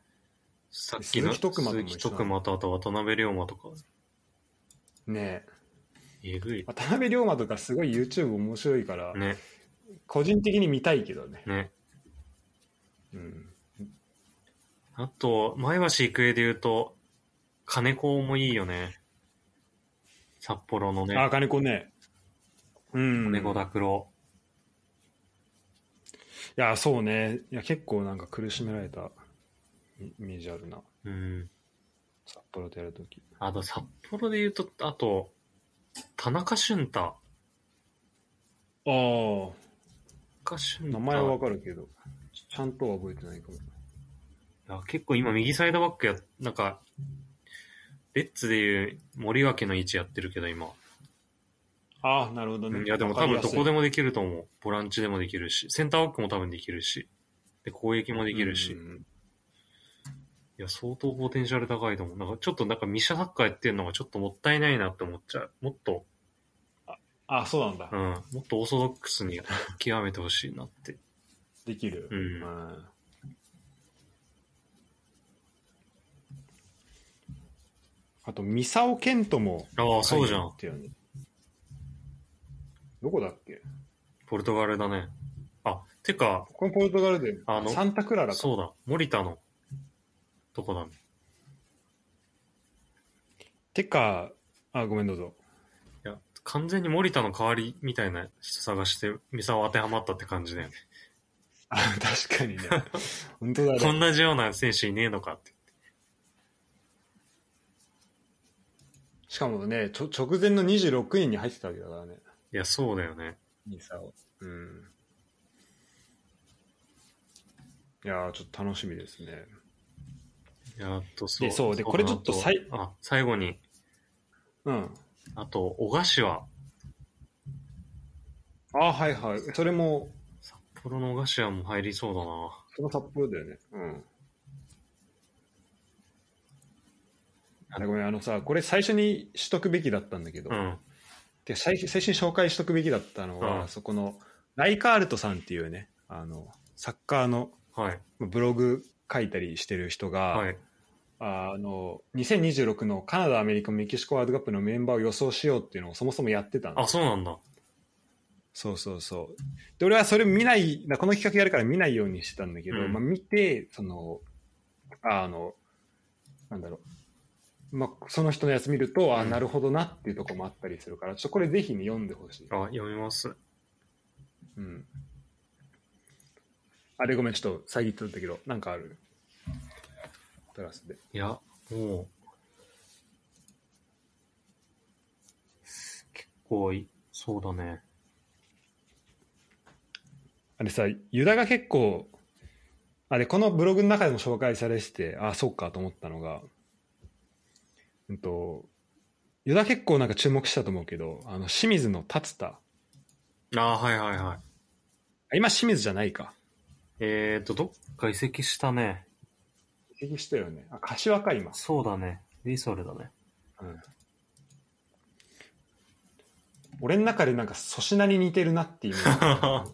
さっきの
鈴木徳馬とも
鈴
一緒
木徳馬とあと渡辺龍馬とか、
ねえ
えぐい。
渡辺龍馬とかすごい YouTube 面白いから、
ね、
個人的に見たいけどね、
ね。
うん、
あと、前橋育英で言うと、金子もいいよね。札幌の
あ
ね、
金子ねうん
金子
い
拓郎。
やそうねいや結構なんか苦しめられたイイメージあるな
うん。
札幌でやるとき
あと、札幌で言うと、あと、田中俊太。
ああ
田中俊太
名前はわかるけど、ちゃんとは覚えてないかも。
いや結構今右サイドバックや、なんか、レッツでいう森脇の位置やってるけど今。
ああ、なるほど
う
ね。
んいや、でも多分どこで
も
もできると思う。ボランチでもできるし、センターバックも多分できるし、で、攻撃もで
で
きるし、いや、相当ポテンシャル高いと思う。なんかちょっとなんかミシャサッカーやってるのがちょっともったいないなって思っちゃう。もっと、
ああ、そうなんだ
うん、。もっとオーソドックスに極めてほしいなって。
できる。
うん
んあと、三沢健人も。
ああ、そうじゃん。。
どこだっけ
ポルトガルだね。あ、てか、
このポルトガルで、
あの
サンタクララか。
そうだ、森田の、とこだね。
てか、あ、ごめんどうぞ。
いや、完全に森田の代わりみたいな人探して、ミサを当てはまったって感じだよね。
あ、確かにね。 本当だ
こ
ね。
んなような選手いねえのかって。
しかもね、ちょ直前の26人に入ってたわけだからね。
いや、そうだよね。
ミサオ。うん。いやー、ちょっと楽しみですね。
やっとそう。
でそうでこれちょっとさい
あとあ最後に、
うん。
あと、小柏。
あーはいはい。それも、
札幌の小柏も入りそうだな。
その札幌だよね。うん。あごめんあのさこれ最初にしとくべきだったんだけど、
うん。
で最最初に紹介しとくべきだったのは、
うん
そこのライカールトさんっていうねあのサッカーの
はい。
まあブログ書いたりしてる人が、
はい。
ああの2026のカナダ、アメリカ、メキシコワールドカップのメンバーを予想しようっていうのをそもそもやってたん
あ、そうなんだ。
そうそうそう。で、俺はそれ見ない、なこの企画やるから見ないようにしてたんだけど、
うん
まあ見て、その、あの、なんだろう。まあ、その人のやつ見ると、あ、
うん
なるほどなっていうところもあったりするから、ちょっとこれぜひね、読んでほしい。
あ、読みます。
うん。あれごめん、ちょっと遮ってたけど、なんかあるプラスで。
いや、もう。結構い、そうだね。
あれさ、ユダが結構、あれ、このブログの中でも紹介されてて、あ、そうかと思ったのが、うんと、ユダ結構なんか注目したと思うけど、あの、清水の達田。
あ、はいはいはい。
あ今、清水じゃないか。
えーと、どっか移籍したね。
移籍したよね。あ、柏か、今。
そうだね。リソルだね。
うん。俺の中でなんか粗品に似てるなっていう。うん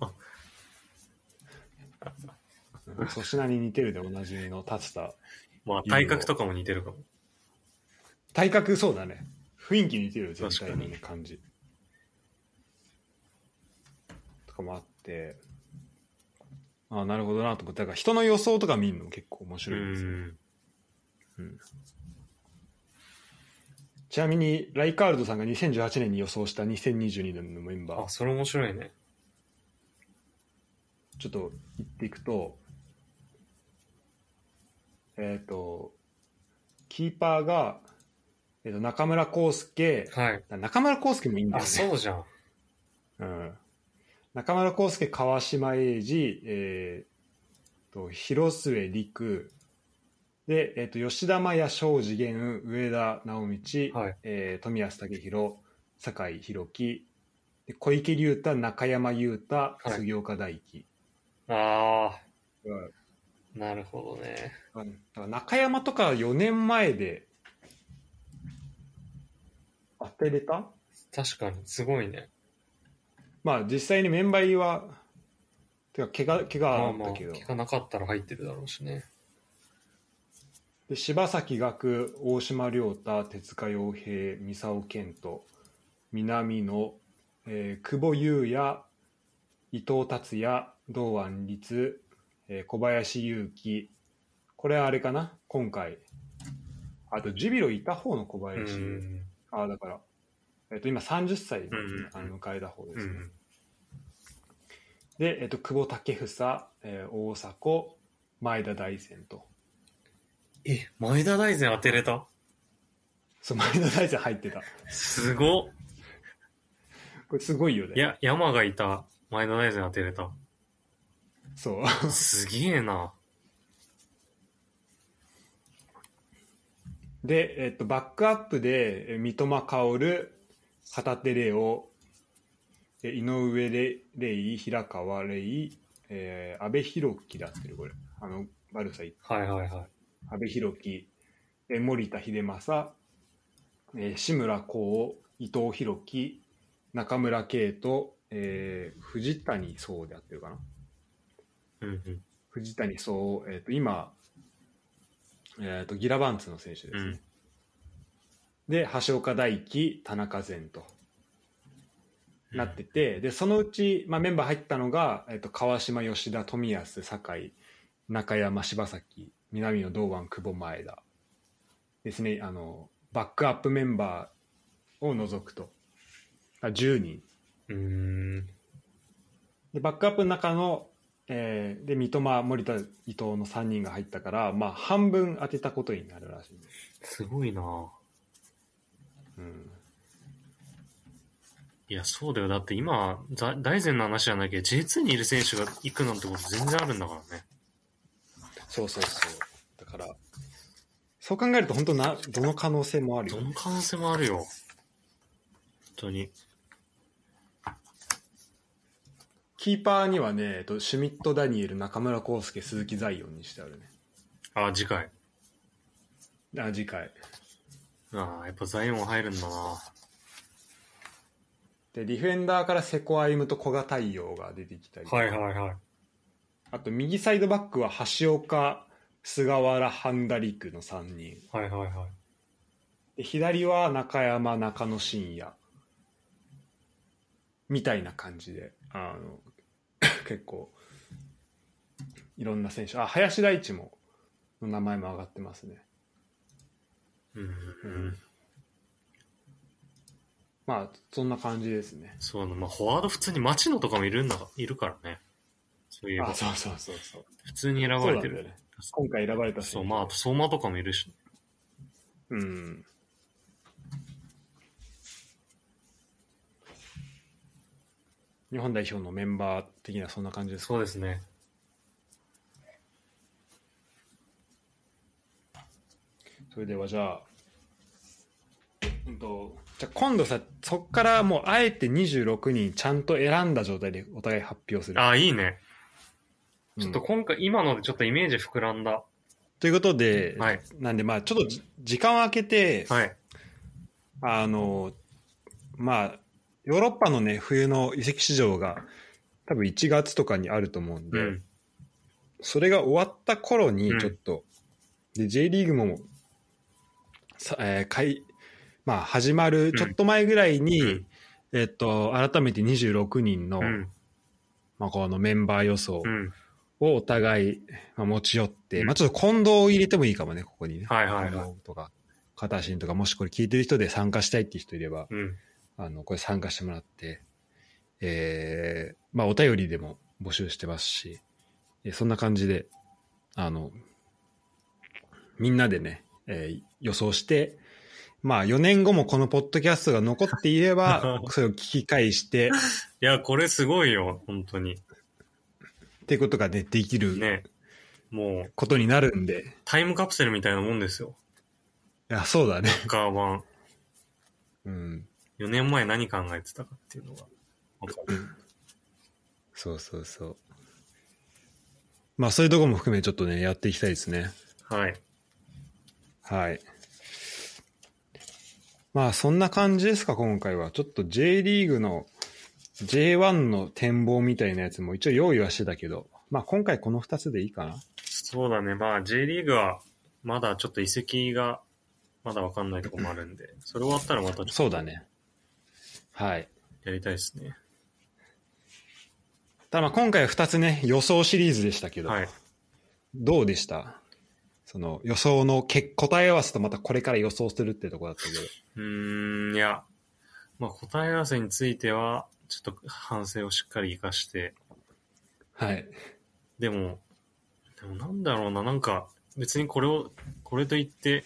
粗品に似てるでおなじみの達田。
まあ、体格とかも似てるかも。
体格そうだね雰囲気似てるよ全体の、
確か
ね、感じとかもあってあなるほどなと思ってだから人の予想とか見るのも結構面
う
白いですよ
ん。
ちなみにライカールドさんが2018年に予想した2022年のメンバー
あ、それ面白いね。
ちょっと言っていくとえっ、とキーパーが、えー、と中村康介
はい。
中村康介もいいんだ
あ、
よね
そうじゃん。
うん中村康介、川島英二、えー、と広末陸で、えー、と吉田麻也、庄司源、上田直道、
はい。
えー富安武宏、酒井宏樹、で小池龍太、中山雄太、
い
杉岡大樹。
あ
うん
あ、なるほどね。
だから中山とか4年前で当てれた
確かに、すごいね。
まあ実際にメンバー入りは、てか怪我怪
ま
我
あ
あっ
ま
た
あ、
けど。
聞かなかったら入ってるだろうしね。
で柴崎岳大島亮太手塚洋平三沢健人南野、えー久保優也伊藤達也堂安律、えー小林勇輝これはあれかな今回あとジュビロいた方の小
う
林、
ん。
ああだから、えっと今30歳、
ん
あの迎えた方で
う
すね、
ん。
で、えっと、久保建英、えー大迫前田大然と
え、前田大然当てれた
そう前田大然入ってた
すごっ
これすごいよね
いや、山がいた。前田大然当てれ た。
そう
すげえな。
で、えっと、バックアップでえー三笘薫旗手怜央えー井上れレイ平川レイ、えー、安倍弘樹だってるこれあのバルサイ
はいはいはい。
安倍弘樹えー森田英正、えー志村幸伊藤弘樹中村圭と、えー藤谷壮であってるかな
うんうん。
藤谷壮、えー、と今、えー、とギラバンツの選手ですね、
うん
で橋岡大輝田中善となってて、でそのうち、まあ、メンバー入ったのが、えっと川島吉田冨安酒井中山柴崎南野堂安久保前田ですねあのバックアップメンバーを除くとあ10人
うーん。
でバックアップの中の、えーで三笘森田伊藤の3人が入ったから、まあ、半分当てたことになるらしいです
すごいな。
うん
いや、そうだよ。だって今、ざ大然の話じゃないけど、J2 にいる選手が行くなんてこと全然あるんだからね。
そうそうそう。だから、そう考えると本当な、どの可能性もあるよ
ど。の可能性もあるよ。本当に。
キーパーにはね、えっと、シュミット・ダニエル、中村康介、鈴木財音にしてあるね。
あ、次回。
あ、次回。
ああ、やっぱザイオン入るんだな。
で、ディフェンダーからセコアイムと古賀太陽が出てきたり、
はいはいはい。
あと右サイドバックは橋岡、菅原、ハンダリクの3人。
はいはいはい。
で左は中山、中野真也。みたいな感じで、あの、 結構、いろんな選手。あ、林大地も、の名前も上がってますね。
うんうん。
まあ、そんな感じですね。
そうだ、まあ、フォワード普通に町野とかもいるんだ、いるからね。そういえば
あ、、そうそうそうそう。
普通に選ば
そう
れ
なん
て
だ
る。
よね。今回選ばれた選手
そう、まあ、あと相馬とかもいるし。
うん。日本代表のメンバー的にはそんな感じですか
そうですね。
それではじゃあ、うんと、じゃあ今度さ、そっからもうあえて26人ちゃんと選んだ状態でお互い発表する。
ああ、いいね。
うん
ちょっと今回、今のでちょっとイメージ膨らんだ。
ということで、
はい。
なんでまあちょっとじ時間を空けて、
はい。
あの、まあ、ヨーロッパのね、冬の移籍市場が多分1月とかにあると思うん
う
で、
ん。
それが終わった頃に
うん
ちょっと、で J リーグもさ、えーかいまあ、始まるちょっと前ぐらいに、
うん
えっと改めて26人の,、
うん。
まあ、このメンバー予想
うん。
をお互い、まあ、持ち寄って、
うん
まあ、ちょっと近藤を入れてもいいかもねここにね。
はいはい
近
はい。
藤とか片新とかもしこれ聞いてる人で参加したいっていう人いれば
うん。
あのこれ参加してもらって、えーまあ、お便りでも募集してますし、えーそんな感じで、あの、みんなでね、えー予想して、まあ、4年後もこのポッドキャストが残っていれ ば、それを聞き返して、
いや、これすごいよ、本当に。
っていうことがね、できる
ね。もう、
ことになるんで、
タイムカプセルみたいなもんですよ。
いや、そうだね。
ガーワン。
うん。
4年前何考えてたかっていうのがわかる。
そうそうそう。まあ、そういうとこも含め、ちょっとね、やっていきたいですね。
はい。
はい。まあそんな感じですか、今回は。ちょっと J リーグの J1 の展望みたいなやつも一応用意はしてたけど、まあ今回この2つでいいかな。
そうだね。まあ、J リーグは、まだちょっと移籍が、まだわかんないとこもあるんで、それ終わったらまたちょっと
そうだね。はい。
やりたいですね。
ただまあ今回は2つね、予想シリーズでしたけど、
はい。
どうでしたその予想の結答え合わせとまたこれから予想するってとこだったけど。
うーん、いや、まあ、答え合わせについては、ちょっと反省をしっかり生かして、
はい。
でも、でもなんだろうな、なんか、別にこれを、これといって、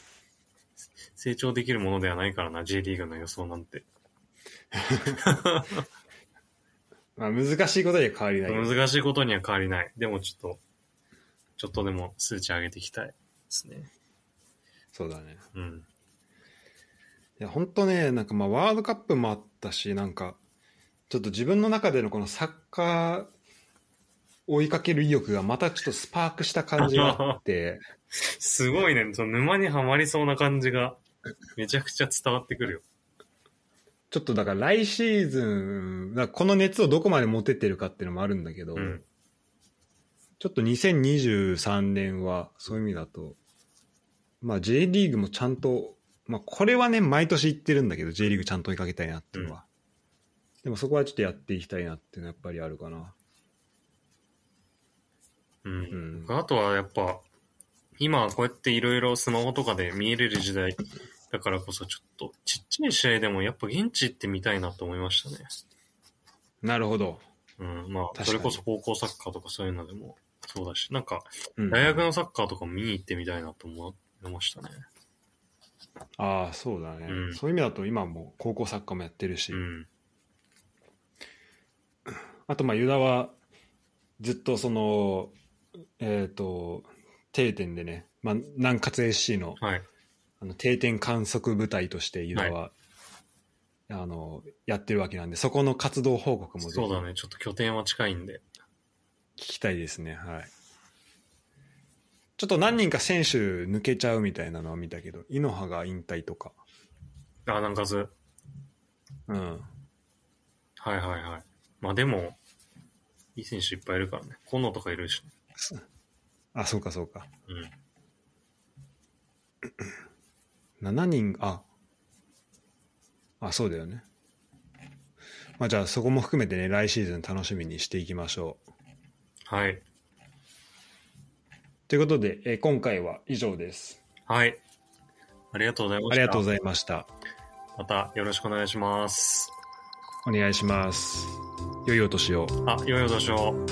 成長できるものではないからな、J リーグの予想なんて。
まあ難しいことには変わりない。
難しいことには変わりない。でもちょっと、ちょっとでも数値上げていきたいですね。
そうだね。
うん。
いや本当ねなんかまあワールドカップもあったしなんかちょっと自分の中でのこのサッカー追いかける意欲がまたちょっとスパークした感じがあって
すごいね、その沼にはまりそうな感じが、めちゃくちゃ伝わってくるよ。
ちょっとだから来シーズンだからこの熱をどこまで持てってるかっていうのもあるんだけど、
うん。
ちょっと2023年はそういう意味だと、まあ、J リーグもちゃんと、まあ、これはね毎年言ってるんだけど J リーグちゃんと追いかけたいなっていうのは、でもそこはちょっとやっていきたいなっていうのはやっぱりあるかな。
う
ん、
んあとはやっぱ今はこうやっていろいろスマホとかで見れる時代だからこそちょっとちっちゃい試合でもやっぱ現地行ってみたいなと思いましたね、
なるほど。
うん、ま
確か
あ
に
それこそ高校サッカーとかそういうのでもそうだしなんか
うん
大学のサッカーとかも見に行ってみたいなと思いましたね
ああそうだね、
うん
そういう意味だと今も高校サッカーもやってるし、
うん
あとまあユダはずっとそのえっ、と定点でね、まあ、南葛 SC の
はい
あの定点観測部隊としてユダは、あのやってるわけなんでそこの活動報告もぜ
そうだねちょっと拠点は近いんで
ひ聞きたいですねはいちょっと何人か選手抜けちゃうみたいなのは見たけど、イノハが引退とか。
あ、なんかず。
うん。
はいはいはい。まあでも、いい選手いっぱいいるからね。コノとかいるし、ね。
あ、そうかそうか。
うん。
7人、あ、あ、そうだよね。まあじゃあそこも含めてね、来シーズン楽しみにしていきましょう。
はい。
ということで、えー今回は以上です。
はい。ありがとうございま
あ
した。
りがとうございました。
またよろしくお願いします。
お願いします。良いお年を。
あ、よいお年を。